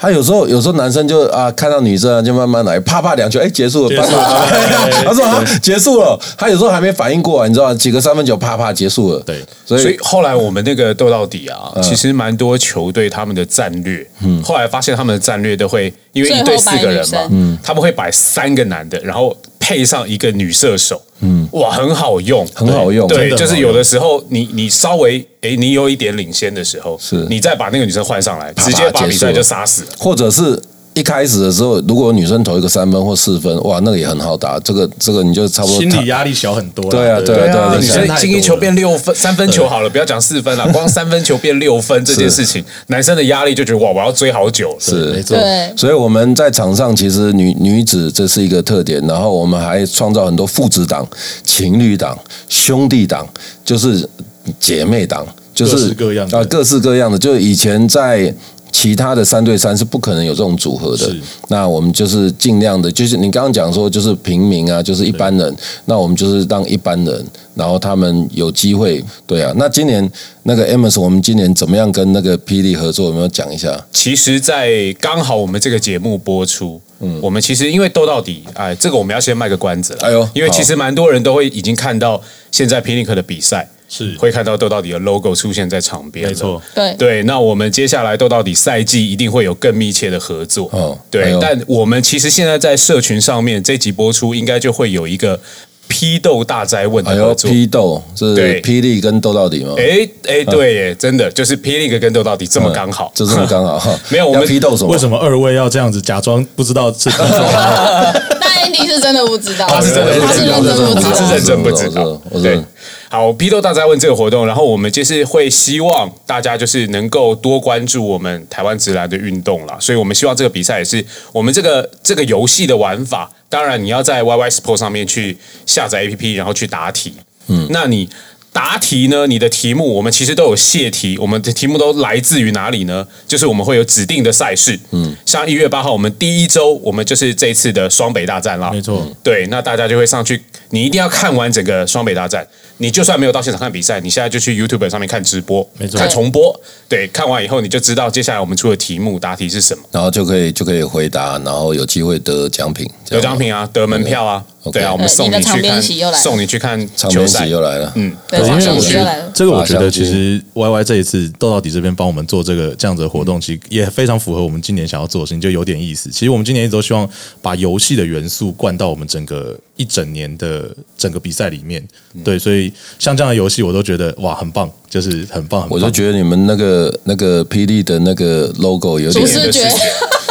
她有时候，有时候男生就啊，看到女生啊，就慢慢来，啪啪两球，哎，结束了，
结
拜
束了
拜。
对
他说啊，结束了。他有时候还没反应过来，你知道吗？几个三分球，啪啪结束了。
对
所
所
以
以后来我们那个斗到底啊，
嗯
其实蛮多球队他们的战略，后来发现他们的战略都会因为一对四个人嘛
最后摆女生，
嗯
他们会摆三个男的，然后配上一个女射手，嗯，哇，很好用，
很好用
对，
真
就
的很好
是有的时候你你稍微诶，你有一点领先的时候，
是
你再把那个女生换上来，
啪
直接把
结束
比赛
了
就杀死了。
或者是一开始的时候，如果女生投一个三分或四分，哇，那个也很好打。这个这个你就差不多
心
躺
理压力小很多啦。
对啊对啊对啊
女
对啊
生
太多
进一哎球变
了
六分，三分球好了，不要讲四分 了，光三分球变六分这件事情，男生的压力就觉得哇，我要追好久了。
是
没错，
对，
所以我们在场上其实女女子这是一个特点，然后我们还创造很多父子档、情侣档、兄弟档，就是姐妹档，就是
各式各样的
啊，各式各样的。就是以前在其他的三对三是不可能有这种组合的
是。
那我们就是尽量的，就是你刚刚讲说，就是平民啊，就是一般人，那我们就是让一般人，然后他们有机会，对啊。那今年那个 Amos，我们今年怎么样跟那个霹雳合作？有没有讲一下？
其实，在刚好我们这个节目播出，嗯，我们其实因为斗到底，哎，这个我们要先卖个关子了。
哎呦
因为其实蛮多人都会已经看到现在 p i n i c 的比赛，
是
会看到斗到底的 logo 出现在场边。
没错。，
对
对，那我们接下来斗到底赛季一定会有更密切的合作。
哦哎
对
呦，
但我们其实现在在社群上面这集播出，应该就会有一个批斗大灾问的
哎
合
呦，
作。
批斗是
对
霹雳跟斗到底吗？
哎哎，对耶，真的就是 p i n i 跟斗到底这么
嗯
刚好，
就这 么刚好。哈
没有我们
要批斗什么？
为什么二位要这样子假装不知道是？
但 Andy 是真的不知道，
他是真的不
他
知
是
道
认真不知
他
道，
是认真不
我。
知道
知道我知道
对，好，批斗大家问这个活动，然后我们就是会希望大家就是能够多关注我们台湾直男的运动啦，所以我们希望这个比赛也是我们这个这个游戏的玩法。当然，你要在 YY Sport 上面去下载 APP，然后去答题。嗯，那你。答题呢？你的题目我们其实都有泄题，我们的题目都来自于哪里呢？就是我们会有指定的赛事，嗯，像一月八号我们第一周，我们就是这一次的双北大战啦，
没错，
对，那大家就会上去，你一定要看完整个双北大战。你就算没有到现场看比赛，你现在就去 YouTube 上面看直播，
没错
看重播，对，看完以后你就知道接下来我们出的题目答题是什么，
然后就可以就可以回答，然后有机会得奖品，这
有
样
奖品啊，得门票啊，
OK
对啊，我们
呃
送
你的
去
场边
看
席又，来了
送你去看
场
球
面
赛
席，又来了，
嗯，
对，
因
马
为
上
我
就
觉
来
得
了。
这个，我觉
法
得
相机
其实 Y Y 这一次豆到底这边帮我们做这个这样子的活动，其实也非常符合我们今年想要做的事情，就有点意思。其实我们今年一直都希望把游戏的元素灌到我们整个一整年的整个比赛里面。
嗯
对，所以像这样的游戏，我都觉得哇，很棒，就是很棒，很棒。
我就觉得你们那个那个霹雳的那个 logo 有
主
点
视觉，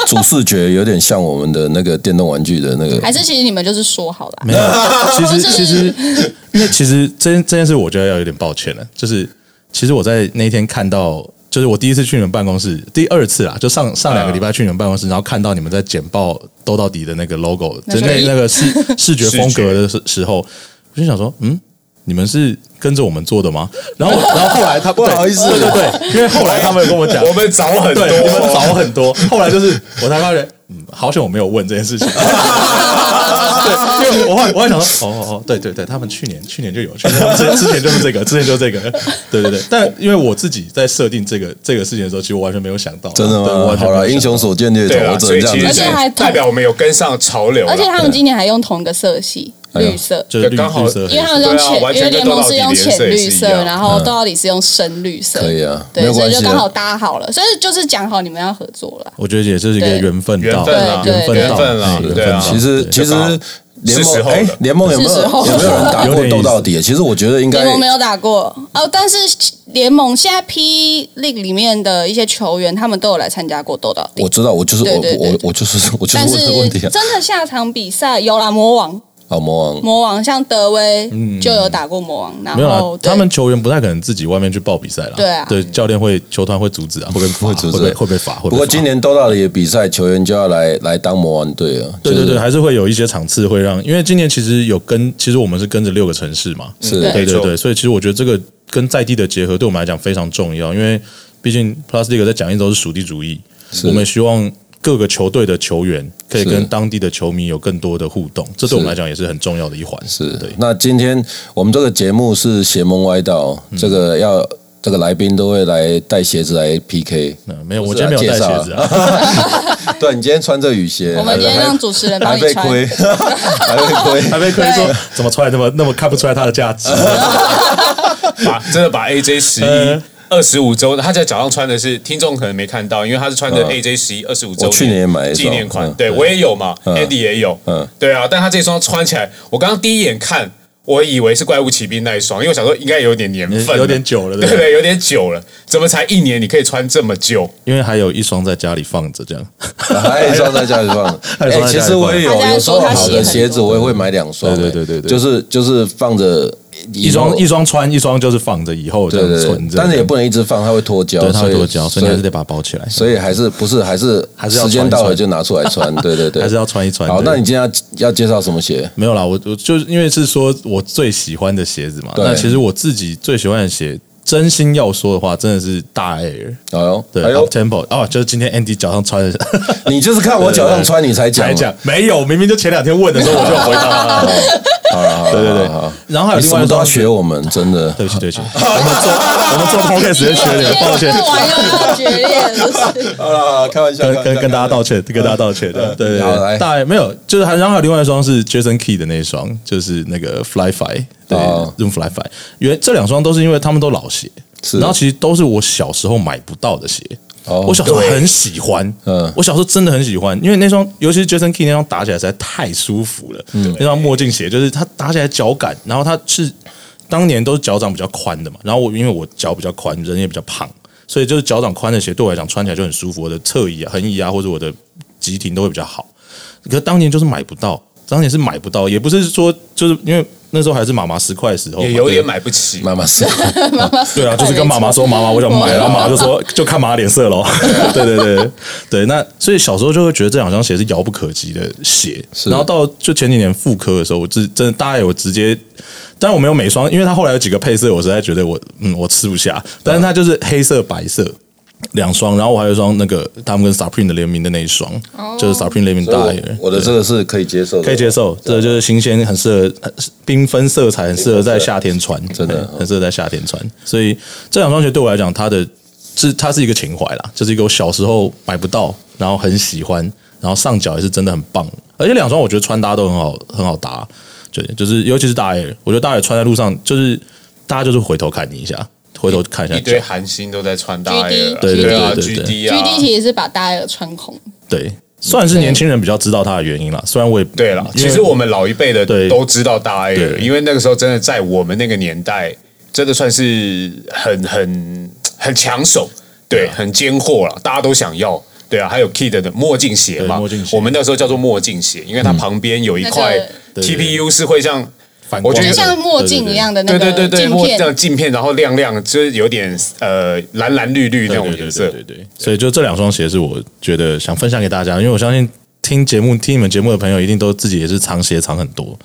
主视觉有点像我们的那个电动玩具的那个
还是其实你们就是说好了啊，
没有，其实
就是
其实，因为其实这件这件事，我觉得要有点抱歉了。就是其实我在那一天看到，就是我第一次去你们办公室，第二次啦，就上上两个礼拜去你们办公室，然后看到你们在简报兜到底的那个 logo，
那
就是那
一
那个视视觉风格的时时候，我就想说，嗯。你们是跟着我们做的吗？然后我，然后后来他不
好意思
对对对，因为后来他们有跟我讲，
我们早很多，
对，你们早很多。后来就是我才发觉，嗯，好险我没有问这件事情。对，因为我后来我还想说，哦哦哦，对对对，他们去年去年就有，去年之之前就是这个，之前就是这个，对对对。但因为我自己在设定这个这个事情的时候，其实我完全没有想到，啊
真的
对我
吗？
完全
好
没有
了，
想
英雄所见略
对啊
同，我只
所以
能这
其
样
实
而且
讲。
还
代表我们有跟上潮流啦，
而且他们今年还用同一个色系，
哎
绿色。
到就是绿
刚好
绿色，
因为他们是用
对啊完全
浅，因
跟
为联盟是用浅
豆到底颜色
绿色
也是一，样
然后豆到底是用深绿色，
嗯可以啊没
对，
有
所以
关
就
系啊
刚好搭好了，所以就是讲好你们要合作了。
我觉得也是一个
对
缘分
缘
到，
分啊
缘
对
分到，
对缘分啊
是
对啊
到
其实
对
其实
就刚好
联
是
盟
时候了
哎，联盟有没
是
有
时候了
有没有人打
有
过
点意思
斗到底？其实我觉得应该
联盟没有打过哦，但是联盟现在 P League 里面的一些球员，他们都有来参加过斗到底，
我知道，我就是我
对对对
我我就是我就是
但是
问这个问题啊。
真的下场比赛有啦，魔王
好魔王，
魔王像德威就有打过魔王，然
嗯没有啊
后，对
他们球员不太可能自己外面去报比赛了。
对啊
对，教练会球团会阻止啊，会被
会阻止
会被会被罚。会被
不过
罚
今年斗到底的比赛，球员就要来来当魔王队了。
对
就
对
是
对，还是会有一些场次会让，因为今年其实有跟，其实我们是跟着六个城市嘛，
是
对
没
对
错
对，所以其实我觉得这个跟在地的结合对我们来讲非常重要，因为毕竟 Plastic 在讲义都是属地主义，我们希望各个球队的球员可以
是
跟当地的球迷有更多的互动，这对我们来讲也是很重要的一环。
是
对，
那今天我们这个节目是邪门歪道，
嗯
这个要这个来宾都会来带鞋子来 PK。
那没有，
不
我
是
今
啊
天没有带鞋子啊，
对你今天穿这雨鞋，
我们今天让主持人帮
还
你
被
穿
亏，还被亏
还。被亏说怎么穿那么那么看不出来它的 价值。
把真的把 AJ 十一
呃
二十五周，他在脚上穿的是听众可能没看到，因为他是穿的
嗯
AJ 十一二十五周年，
我去年也买一双
纪念款
嗯，
对我也有嘛
嗯
，Andy 也有，
嗯
嗯，对啊，但他这双穿起来，我刚刚第一眼看，我以为是怪物骑兵那一双，因为我想说应该有点年份了，
有点久了对
对
不对
对，有点久了，怎么才一年你可以穿这么久？
因为还有一双在家里放着，这样
啊还有一双在家里放。哎
还有一双在家里放
其实我也有，
他现在
有时候
说他
好的
鞋很
鞋子我也会买两双。
对对
哎
对对对
就是就是放着
一双一
双，
双穿，一双就是放着以后这
对
样
对对
存，着，
但是也不能一直放，它会脱胶，
对它会多胶，所以你还是得
所
把它包起来。
所以还是不是还是
还是要
时间
穿一
到了
穿
就拿出来穿，对对对，
还是要穿一穿
好，
对
那你今天要要介绍什么鞋？
没有啦，我我就是因为是说我最喜欢的鞋子嘛。
对
那其实我自己最喜欢的鞋，真心要说的话，真的是大 Air。
哎呦，
对、
哎
u
呦
p，Tempo 哦，就是今天 Andy 脚上穿的，
你就是看我脚上穿你才讲
才
嘛，
讲没有，明明就前两天问的时候我就有回答。
好了好了，
对对对
好了，
然后还有
你
另
什
外
么
一
都要
双
学
是，
我们，真的。
对不起对不起，我们做我们做 podcast 的学点，抱歉
这，玩意儿要决裂了，就是
好了好了，开玩笑
跟跟跟大家道歉，跟大家道歉的。对对
嗯好来
对，大 Air 没有，就是还然后还有另外一双是 Jason Key 的那一双，就是那个 Fly Fi 对
哦
Zoom Fly Fi，原这两双都是因为他们都老鞋。
是
然后其实都是我小时候买不到的鞋。
哦
我小时候很喜欢，
嗯
嗯，我小时候真的很喜欢，因为那双，尤其是 Jason Key 那双打起来实在太舒服了。
嗯
那双墨镜鞋就是它打起来脚感，然后它是当年都是脚掌比较宽的嘛，然后我因为我脚比较宽，人也比较胖，所以就是脚掌宽的鞋对我来讲穿起来就很舒服，我的侧移啊、横移啊或者我的急停都会比较好。可是当年就是买不到，当年是买不到，也不是说就是因为那时候还是妈妈十块的时候嘛，
也有
对
点买不起，
妈妈是，
对啊，就是跟妈妈说，妈妈我想 买，然后妈妈就说就看妈妈脸色咯。 对对对对对，那所以小时候就会觉得这两双鞋是遥不可及的鞋。然后到就前几年复刻的时候，我自真的大概我直接，但我没有每双，因为它后来有几个配色，我实在觉得我嗯我吃不下，但是它就是黑色白色。两双，然后我还有一双那个他们跟 Supreme 的联名的那一双，就是 Supreme 联名大一点
我的这个是可以接受的，
可以接
啊
受，这就是新鲜，很适合很缤纷色彩，很适合在夏天穿，
啊
真
嗯
的
很适合在夏天穿。所以这两双鞋对我来讲，它的是它是一个情怀啦，就是一个我小时候买不到，然后很喜欢，然后上脚也是真的很棒，而且两双我觉得穿搭都很好，很好搭，对，就是尤其是大 A，我觉得大 A 穿在路上就是大家就是回头看你一下，回头看一下
一
脚
堆韩星都在穿大 A，了
GD 对
啊
对对对
，GD 啊
GD 其实是把大家有穿红，
对，算是年轻人比较知道它的原因啦，虽然我也
对了，
因
其
为
实我们老一辈的
对
都知道大 A，了
对
因为那个时候真的在我们那个年代，真的算是很很很抢手，
啊
对，很尖货了，大家都想要。对啊，还有 Kid 的墨镜鞋嘛，
对墨镜鞋
我们那时候叫做墨镜鞋，因为它旁边有一块
那个对对对
TPU 是会像
反光
我觉
就
得
的
像墨镜一样的那
对
个
对对对，
镜
墨这
片，
样镜片，然后亮亮，就是有点呃蓝蓝绿绿那
对
种
对对
颜色。
对对对，所以就这两双鞋是我觉得想分享给大家，因为我相信听节目听你们节目的朋友，一定都自己也是藏鞋藏很多。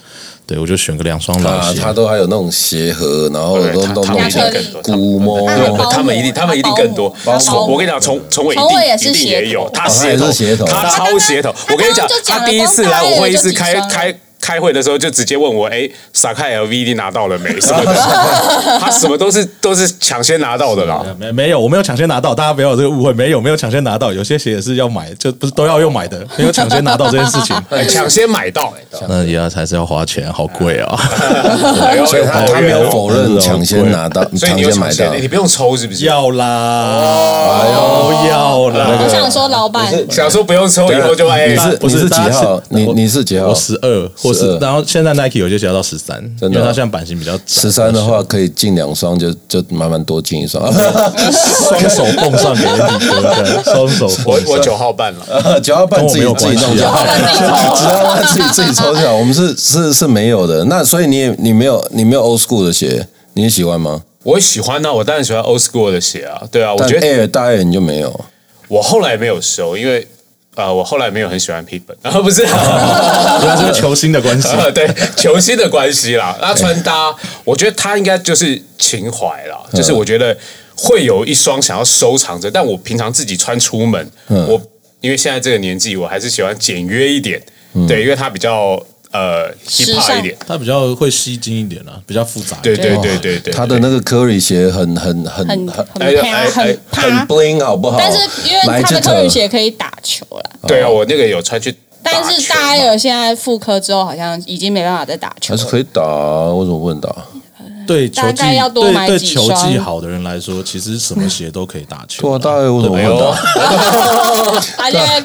对，我就选个两双老
啊，
鞋。
他都还有那种鞋盒，然后
对
都
他
都
他
弄
们
一定
成
更多
估摸，
他们包
哦他们一定，
膜
他们一定更多。
他包
从
膜
我跟你讲，从从伟一
从伟也
定
是
一定也有
鞋，头
他
哦他
鞋头，
也是鞋头
他
他
刚
超
刚
鞋头。
他
我跟你
刚刚就讲
他
了
第一次来我会议室
光
开
大 A 就几
开开会的时候，就直接问我，哎，傻开 LVD 拿到了没？什 么的，他什么都是都是抢先拿到的啦。
没没有，我没有抢先拿到，大家不要有这个误会，没有没有抢先拿到，有些鞋也是要买，就不是都要用买的，没有抢先拿到这件事情，
哎抢先买到，
那也要还是要花钱，好贵啊！
哎呦
所以他
抱
他
怨
没有
哦
否认抢先拿到，
所以
抢
你有
先
抢
买
先哎
到
的，。你不用抽是不是？
要啦，哎呦要
我
啦，
想说老板，
想说不用抽， 以后就哎
啊你，是
不
你
是
是几
大家是
号？你
我
你是几号
我？十二或是
12，
然后现在 Nike 有些鞋要到十三，因
真
为
的啊
它现在版型比较窄
十三的话可以进两双，就就慢慢多进一双。
双手奉上给你，对不对？双手
我
奉上。
我九号半 了。
九号半自己
跟我没有
自己弄
关系
就好，
啊
只要他自 己自己抽就好。我们是是是没有的。那所以你也你没有你没有 old school 的鞋，你也喜欢吗？
我喜欢呢、我当然喜欢 old school 的鞋啊，对啊，我
但
觉得
Air 大 Air 你就没有。
我后来没有收，因为呃，我后来没有很喜欢 p i t b u r 啊，不是、啊， 呃
原来是球星的关系，
对球星的关系啦。那穿搭，我觉得他应该就是情怀啦，
嗯
就是我觉得会有一双想要收藏着，但我平常自己穿出门，
嗯
我因为现在这个年纪，我还是喜欢简约一点，
嗯
对，因为它比较呃 hip
时
hop
尚
一点，
他比较会吸睛一点啊，比较复杂一
对
点。
对对对对，
哦他的那个 Curry 鞋很很很
很
很
哎
很
呦
啪
哎哎
很
很
啪，
bling 好不好？
但是因为他的科语鞋可以打球啦，
对啊，我那个有穿去，
但是大 A 尔现在复科之后好像已经没办法再打球
还
了
是。可以打、啊，为什么不能打？
对球
大
技
概要多买
对对
几
球
双
技好的人来说，其实什么鞋都可以打球。
对啊，大 A 为什么不
哎
能
呦
打？。
他现在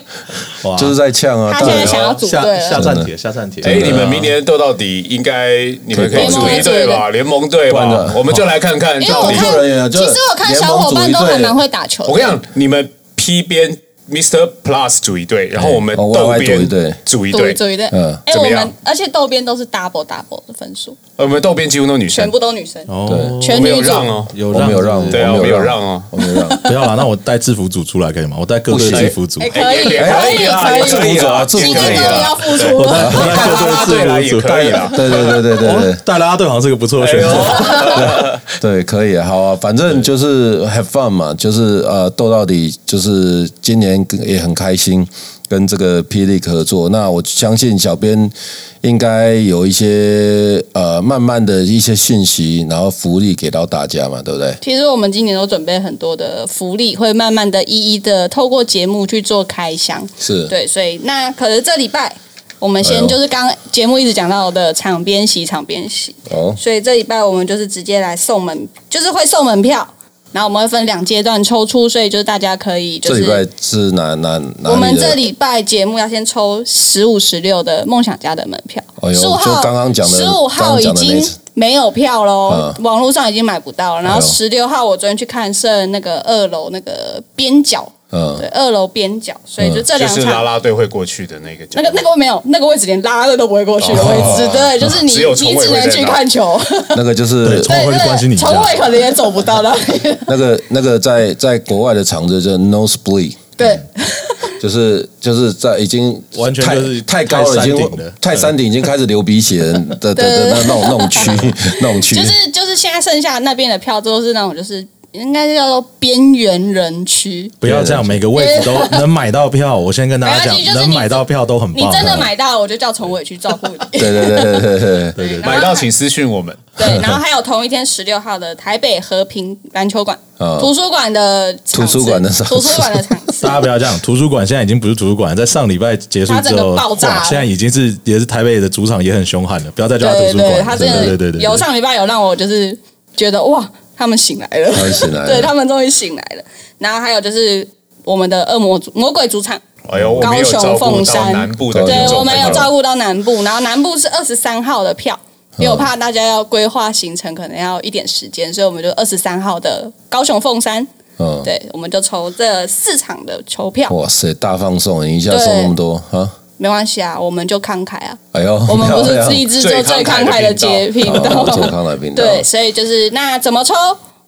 哇
就是在呛啊，
他
大
现在
A
想要组队啊
下下
了，
站帖，下站帖。
哎，
啊
你们明年斗到底，应该你们可以组一队吧，联盟队
不然
吧
呢，
我们就来看看
因为
到
我
底。
工作人员啊
看
就
其
是
实我看小伙伴都还蛮会打球的。
我跟你讲，你们 P 边 Mr. Plus 组一队，然后我们
哦
豆
YY
边
组一队
组一队，
对对对，
嗯
哎，
怎
我
么样
们而且豆边都是 double double 的分数，
我们豆边几乎都是女
全
生，
部都女生，
哦，
我
全
没
女
有
组。
让哦。
有
我没有让，
是不
对
是
啊
我没有
我没有
让
让哦
我没有让。
不要啦，那我带制服组出来可以吗？我带各队
不行
制服组
哎，可以
也
可
可
以
以啊
可以，
可以啊
今
可以
天终于
啊
要付出
我带
了。
我带各
啦对啦
队
也
制服组
可以
啊
啦
对对对对对对
带拉拉队好像是个不错
哎
的选 择。
哦
对，可以，好啊，反正就是 have fun 嘛，就是呃斗到底，就是今年也很开心跟这个霹雳合作。那我相信小编应该有一些呃慢慢的一些讯息，然后福利给到大家嘛，对不对？
其实我们今年都准备很多的福利，会慢慢的一一的透过节目去做开箱。
是，
对，所以那可是这礼拜我们
哎
先
呦
就是刚节目一直讲到的场边席，场边席。
哦，
所以这礼拜我们就是直接来送门，就是会送门票，然后我们会分两阶段抽出，所以就是大家可以就
这礼拜
是
是哪哪哪
我们
里
这
的？
礼拜节目要先抽十五、十六的梦想家的门票
哎，呦
十五、
就
号
刚刚讲的
十五
刚
号
刚
已
讲的那
经
次
没有票喽，
嗯
网络上已经买不到了。然后
哎呦
十六号我昨天去看剩那个二楼那个边角，
嗯
对，，二楼边角，所以就这
就
两
是
场
啦啦队会过去的那个，
那个那个没有，那个位置连拉拉队都不会过去
哦
的位置，对，就是你
只有
你
重位
只
会
能
在
去
那
看球，
那个就是
对重会
对
关心你一下
重位可能也走不到那里，
那个那个在在国外的场子叫 nose bleed。
对，
就是就是在已经
完全
太
就是
太高了，已
太山顶
经
了
太山顶已经开始流鼻血的的的的
对
那种那种区那种区
就，是就是现在剩下那边的票都是那种就是。应该是叫做边缘人区。
不要这样，每个位 置都能买到票。我先跟大家
没关系就
讲，
是
能
你
买到票都很
你
棒。啊
真的买到了，我就叫从委去照顾你。
对对对对对对对，
对，然后
买到请私讯我
嗯
们。
对，然后还有同一天十六号的台北和平篮球馆、
嗯
图书馆的场次
图书馆的场次
图书馆的场次
大，家不要这样，图书馆现在已经不是图书馆，在上礼拜结束
它整
之
个
后，
爆炸
哇现在已经是也是台北的主场也很凶悍了，不要再叫它图
对
书馆
对，
了。
他
对
真的
对对对对，
有上礼拜有让我就是觉得哇，他们醒来了，
他们醒来了
对他们终于醒来了。然后还有就是我们的恶魔主魔鬼主场，
哎呦，我们有
高雄
照顾
凤
到
山
南部的
对
听
对
众
我们
朋
有
友
照顾到南部，然后南部是二十三号的票。因为我怕大家要规划行程，可能要一点时间，所以我们就二十三号的高雄凤山，
嗯，
对，我们就抽这四场的球票，
哇塞，大放送，你一下送那么多啊！
没关系啊，我们就慷慨啊，
哎呦，
我们不
漂
是
亮
自己制作最
最慷
慷
慨
慨
的
的
节
节频
好
道
我，做康乃频道，
对，所以就是那怎么抽？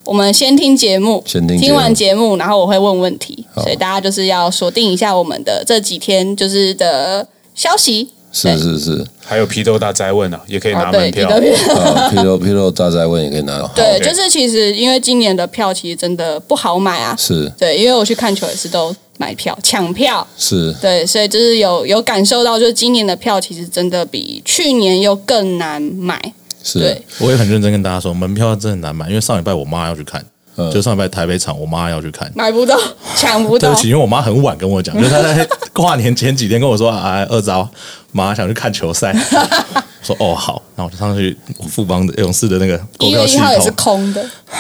我们先听节目，
先听节目
完节目，然后我会问问题，
好
所以大家就是要锁定一下我们的这几天就是的消息。
是是是，
还有皮豆大灾问啊，也可以
哦
拿，门
对，彼
票。
得片。
啊，披露披露大灾问也可以拿到，好
对，
OK
就是其实因为今年的票其实真的不好买啊，
是
对，因为我去看球也是都买票抢票，
是，
对，所以就是有有感受到，就是今年的票其实真的比去年又更难买，
是
对，
我也很认真跟大家说，门票真的很难买，因为上礼拜我妈要去看，
嗯
就上礼拜台北场，我妈要去看。
买不到，抢不
对
到
不。起，因为我妈很晚跟我讲，就是她在 跨年前几天跟我说：“哎，二招，妈想去看 球赛。”我说：“哦，好。”然后我就上去富邦的勇士的那个购
一
票
月
系
一号也是
统，
空的，啊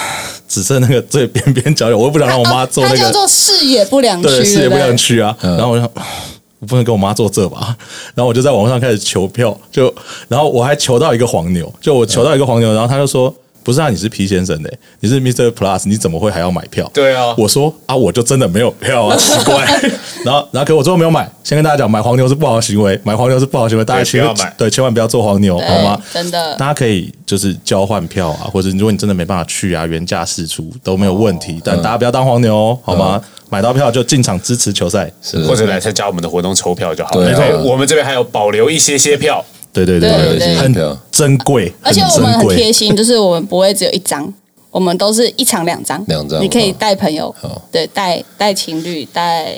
只剩那个最边边角角，我又不想让我妈坐
它
那
叫
个
做视野不良区，
对视野
对
不
对
良区啊。
嗯
然后我就 想。我不能跟我妈坐这吧， 然后我就在网上开始求票，就然后我还求到一个黄牛，就我求到一个黄牛，然后他就说：“不是啊，你是 P 先生的、你是 Mr. Plus，你怎么会还要买票？”
对啊，
我说啊，我就真的没有票 啊，奇怪。 然后，然后可我最后没有买。先跟大家讲，买黄牛是不好的行为，买黄牛是不好的行为，大家
对
千万
不要买
对，千万不要做黄牛，
对
好吗？
真的
大家可以就是交换票啊，或者如果你真的没办法去啊，原价释出都没有问
哦
题，
嗯
但大家不要当黄牛哦，好吗？买到票就进场支持球赛，
是
或者来参加我们的活动抽票就好。
对
了。哎
啊
对我们这边还有保留一些些票，
对对对
对
对
对对
很珍贵，
而且我
很
们
珍
很
贵
贴心，就是我们不会只有一张，我们都是一场两张，
两张
你可以带朋友
好，
对，带带情侣，带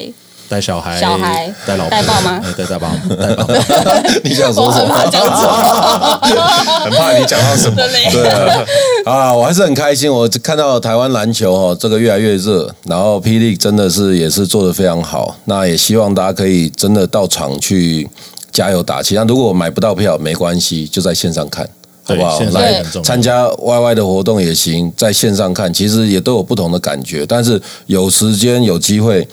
带小孩、
小孩
带老婆、
带爸妈
呃带带爸妈、 带爸妈。
你想
我
说什
很怕
么？
讲错，
很怕你讲到什么。
真的
对啊，啊，我还是很开心。我看到台湾篮球哦，这个越来越热，然后霹雳真的是也是做得非常好。那也希望大家可以真的到场去加油打气。那如果买不到票没关系，就在线上看，好
对
不好？
线上
来
很重要
参加 YY 的活动也行，在线上看，其实也都有不同的感觉。但是有时间有机会，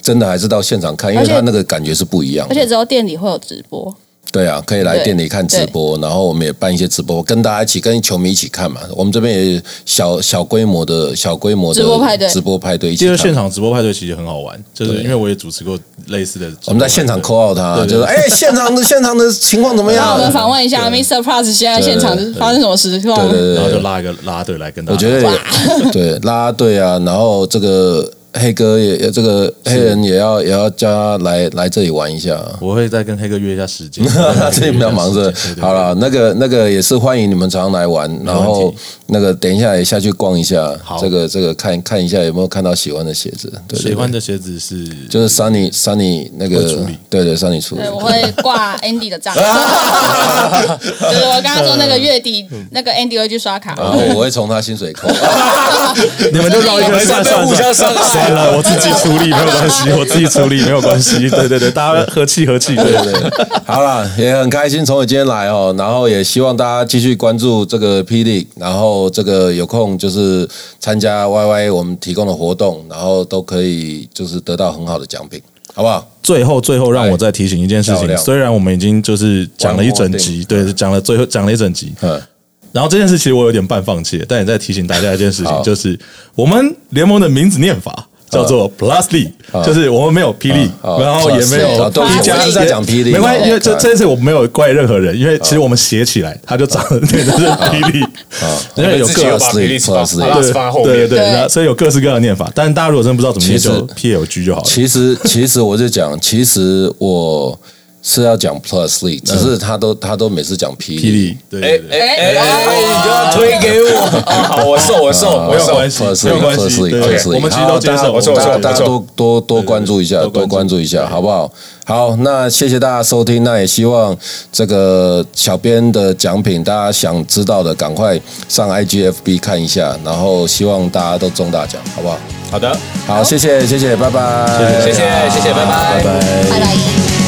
真的还是到现场看，因为
而且
它那个感觉是不一样的。
而且之后店里会有直播，
对啊，可以来
对
店里看直播，然后我们也办一些直播，跟大家一起跟球迷一起看嘛。我们这边也小小规模的小规模的
直播派对
直播派对一起
其实
看。
现场直播派对其实很好玩，就是
对
因为我也主持过类似的直播派对。
我们在现场 call out 他，
对对
就是哎，现场的现场的情况怎么
那我们
样？
访问一下 Mr. Plus 现在现场发生什么事
啊对
况？
对
然后
对
就
对，
拉一个拉队来跟大家。
我觉得也 对啦啦队啊，然后这个黑哥也这个黑人也要也要叫他来来这里玩一下。，
我会再跟黑哥约一下时间
这里比较忙着。好了，
了，
那个那个也是欢迎你们常来玩，然后那个等一下也下去逛一下，
好
这个这个看看一下有没有看到喜欢的鞋子，对对
喜欢
对，
的鞋子是
就是 Sunny Sunny 那
会
个
处理，
对对 Sunny 处理
对，，我会挂 Andy 的账， 就是我刚刚说那个月底，
嗯
那个 Andy 会去刷卡，
然后啊我会从他薪水 扣，
你们就绕一
我
个
们在被
算算
互相伤
算
害
算了，我自己处理没有关系，我自己处理没有关系。 对对对，大家和气和气。对
对对，好啦，也很开心从我今天来哦，然后也希望大家继续关注这个霹雳，然后这个有空就是参加 YY 我们提供的活动，然后都可以就是得到很好的奖品，好不好？
最后，最后让我再提醒一件事
漂
情，
亮
虽然我们已经就是讲了一整集，对，讲了最后讲了一整集，
嗯，
然后这件事其实我有点半放弃了，但也在提醒大家一件事
好
情，就是我们联盟的名字念法叫做 Plus League，、
啊
E，就是我们没有霹雳，
啊啊
然后也没
Plus League，
有
啊都
已经
一
我
加
们是
在讲霹雳
没关
啊
系，因为这
OK
这件事我没有怪任何人，因为其实我们写起来它就长得那个是霹雳，因为有
自
各
己有把
Plus
比利
League，
斯放
Plus League
把 Plus 放在后
对对
面。
对，
对
然后所以有各式各样的念法，但大家如果真的不知道怎么念，
其实
就 P L G 就好了。
其实，其实我就讲，其实我是要讲 Plus League，只是他都他都每次讲霹
嗯霹雳，对
哎
对对，
哎哎哎，你就要推给我，啊好，我受我受我
没有
受，
关系
啊 Plus
没有关
League，Plus
系
League，
对
Plus League，
我们其实都接受
好
我
错
大
我
家
错
大家
我错
多多多关注一下，
对对对
多关注一下，
多关注
好不好？好，那谢谢大家收听，那也希望这个小编的奖品，大家想知道的赶快上 IGFB 看一下，然后希望大家都中大奖，好不好？
好的，
好，谢谢，谢谢，拜拜，
谢谢谢谢，拜拜
拜。拜。
拜拜。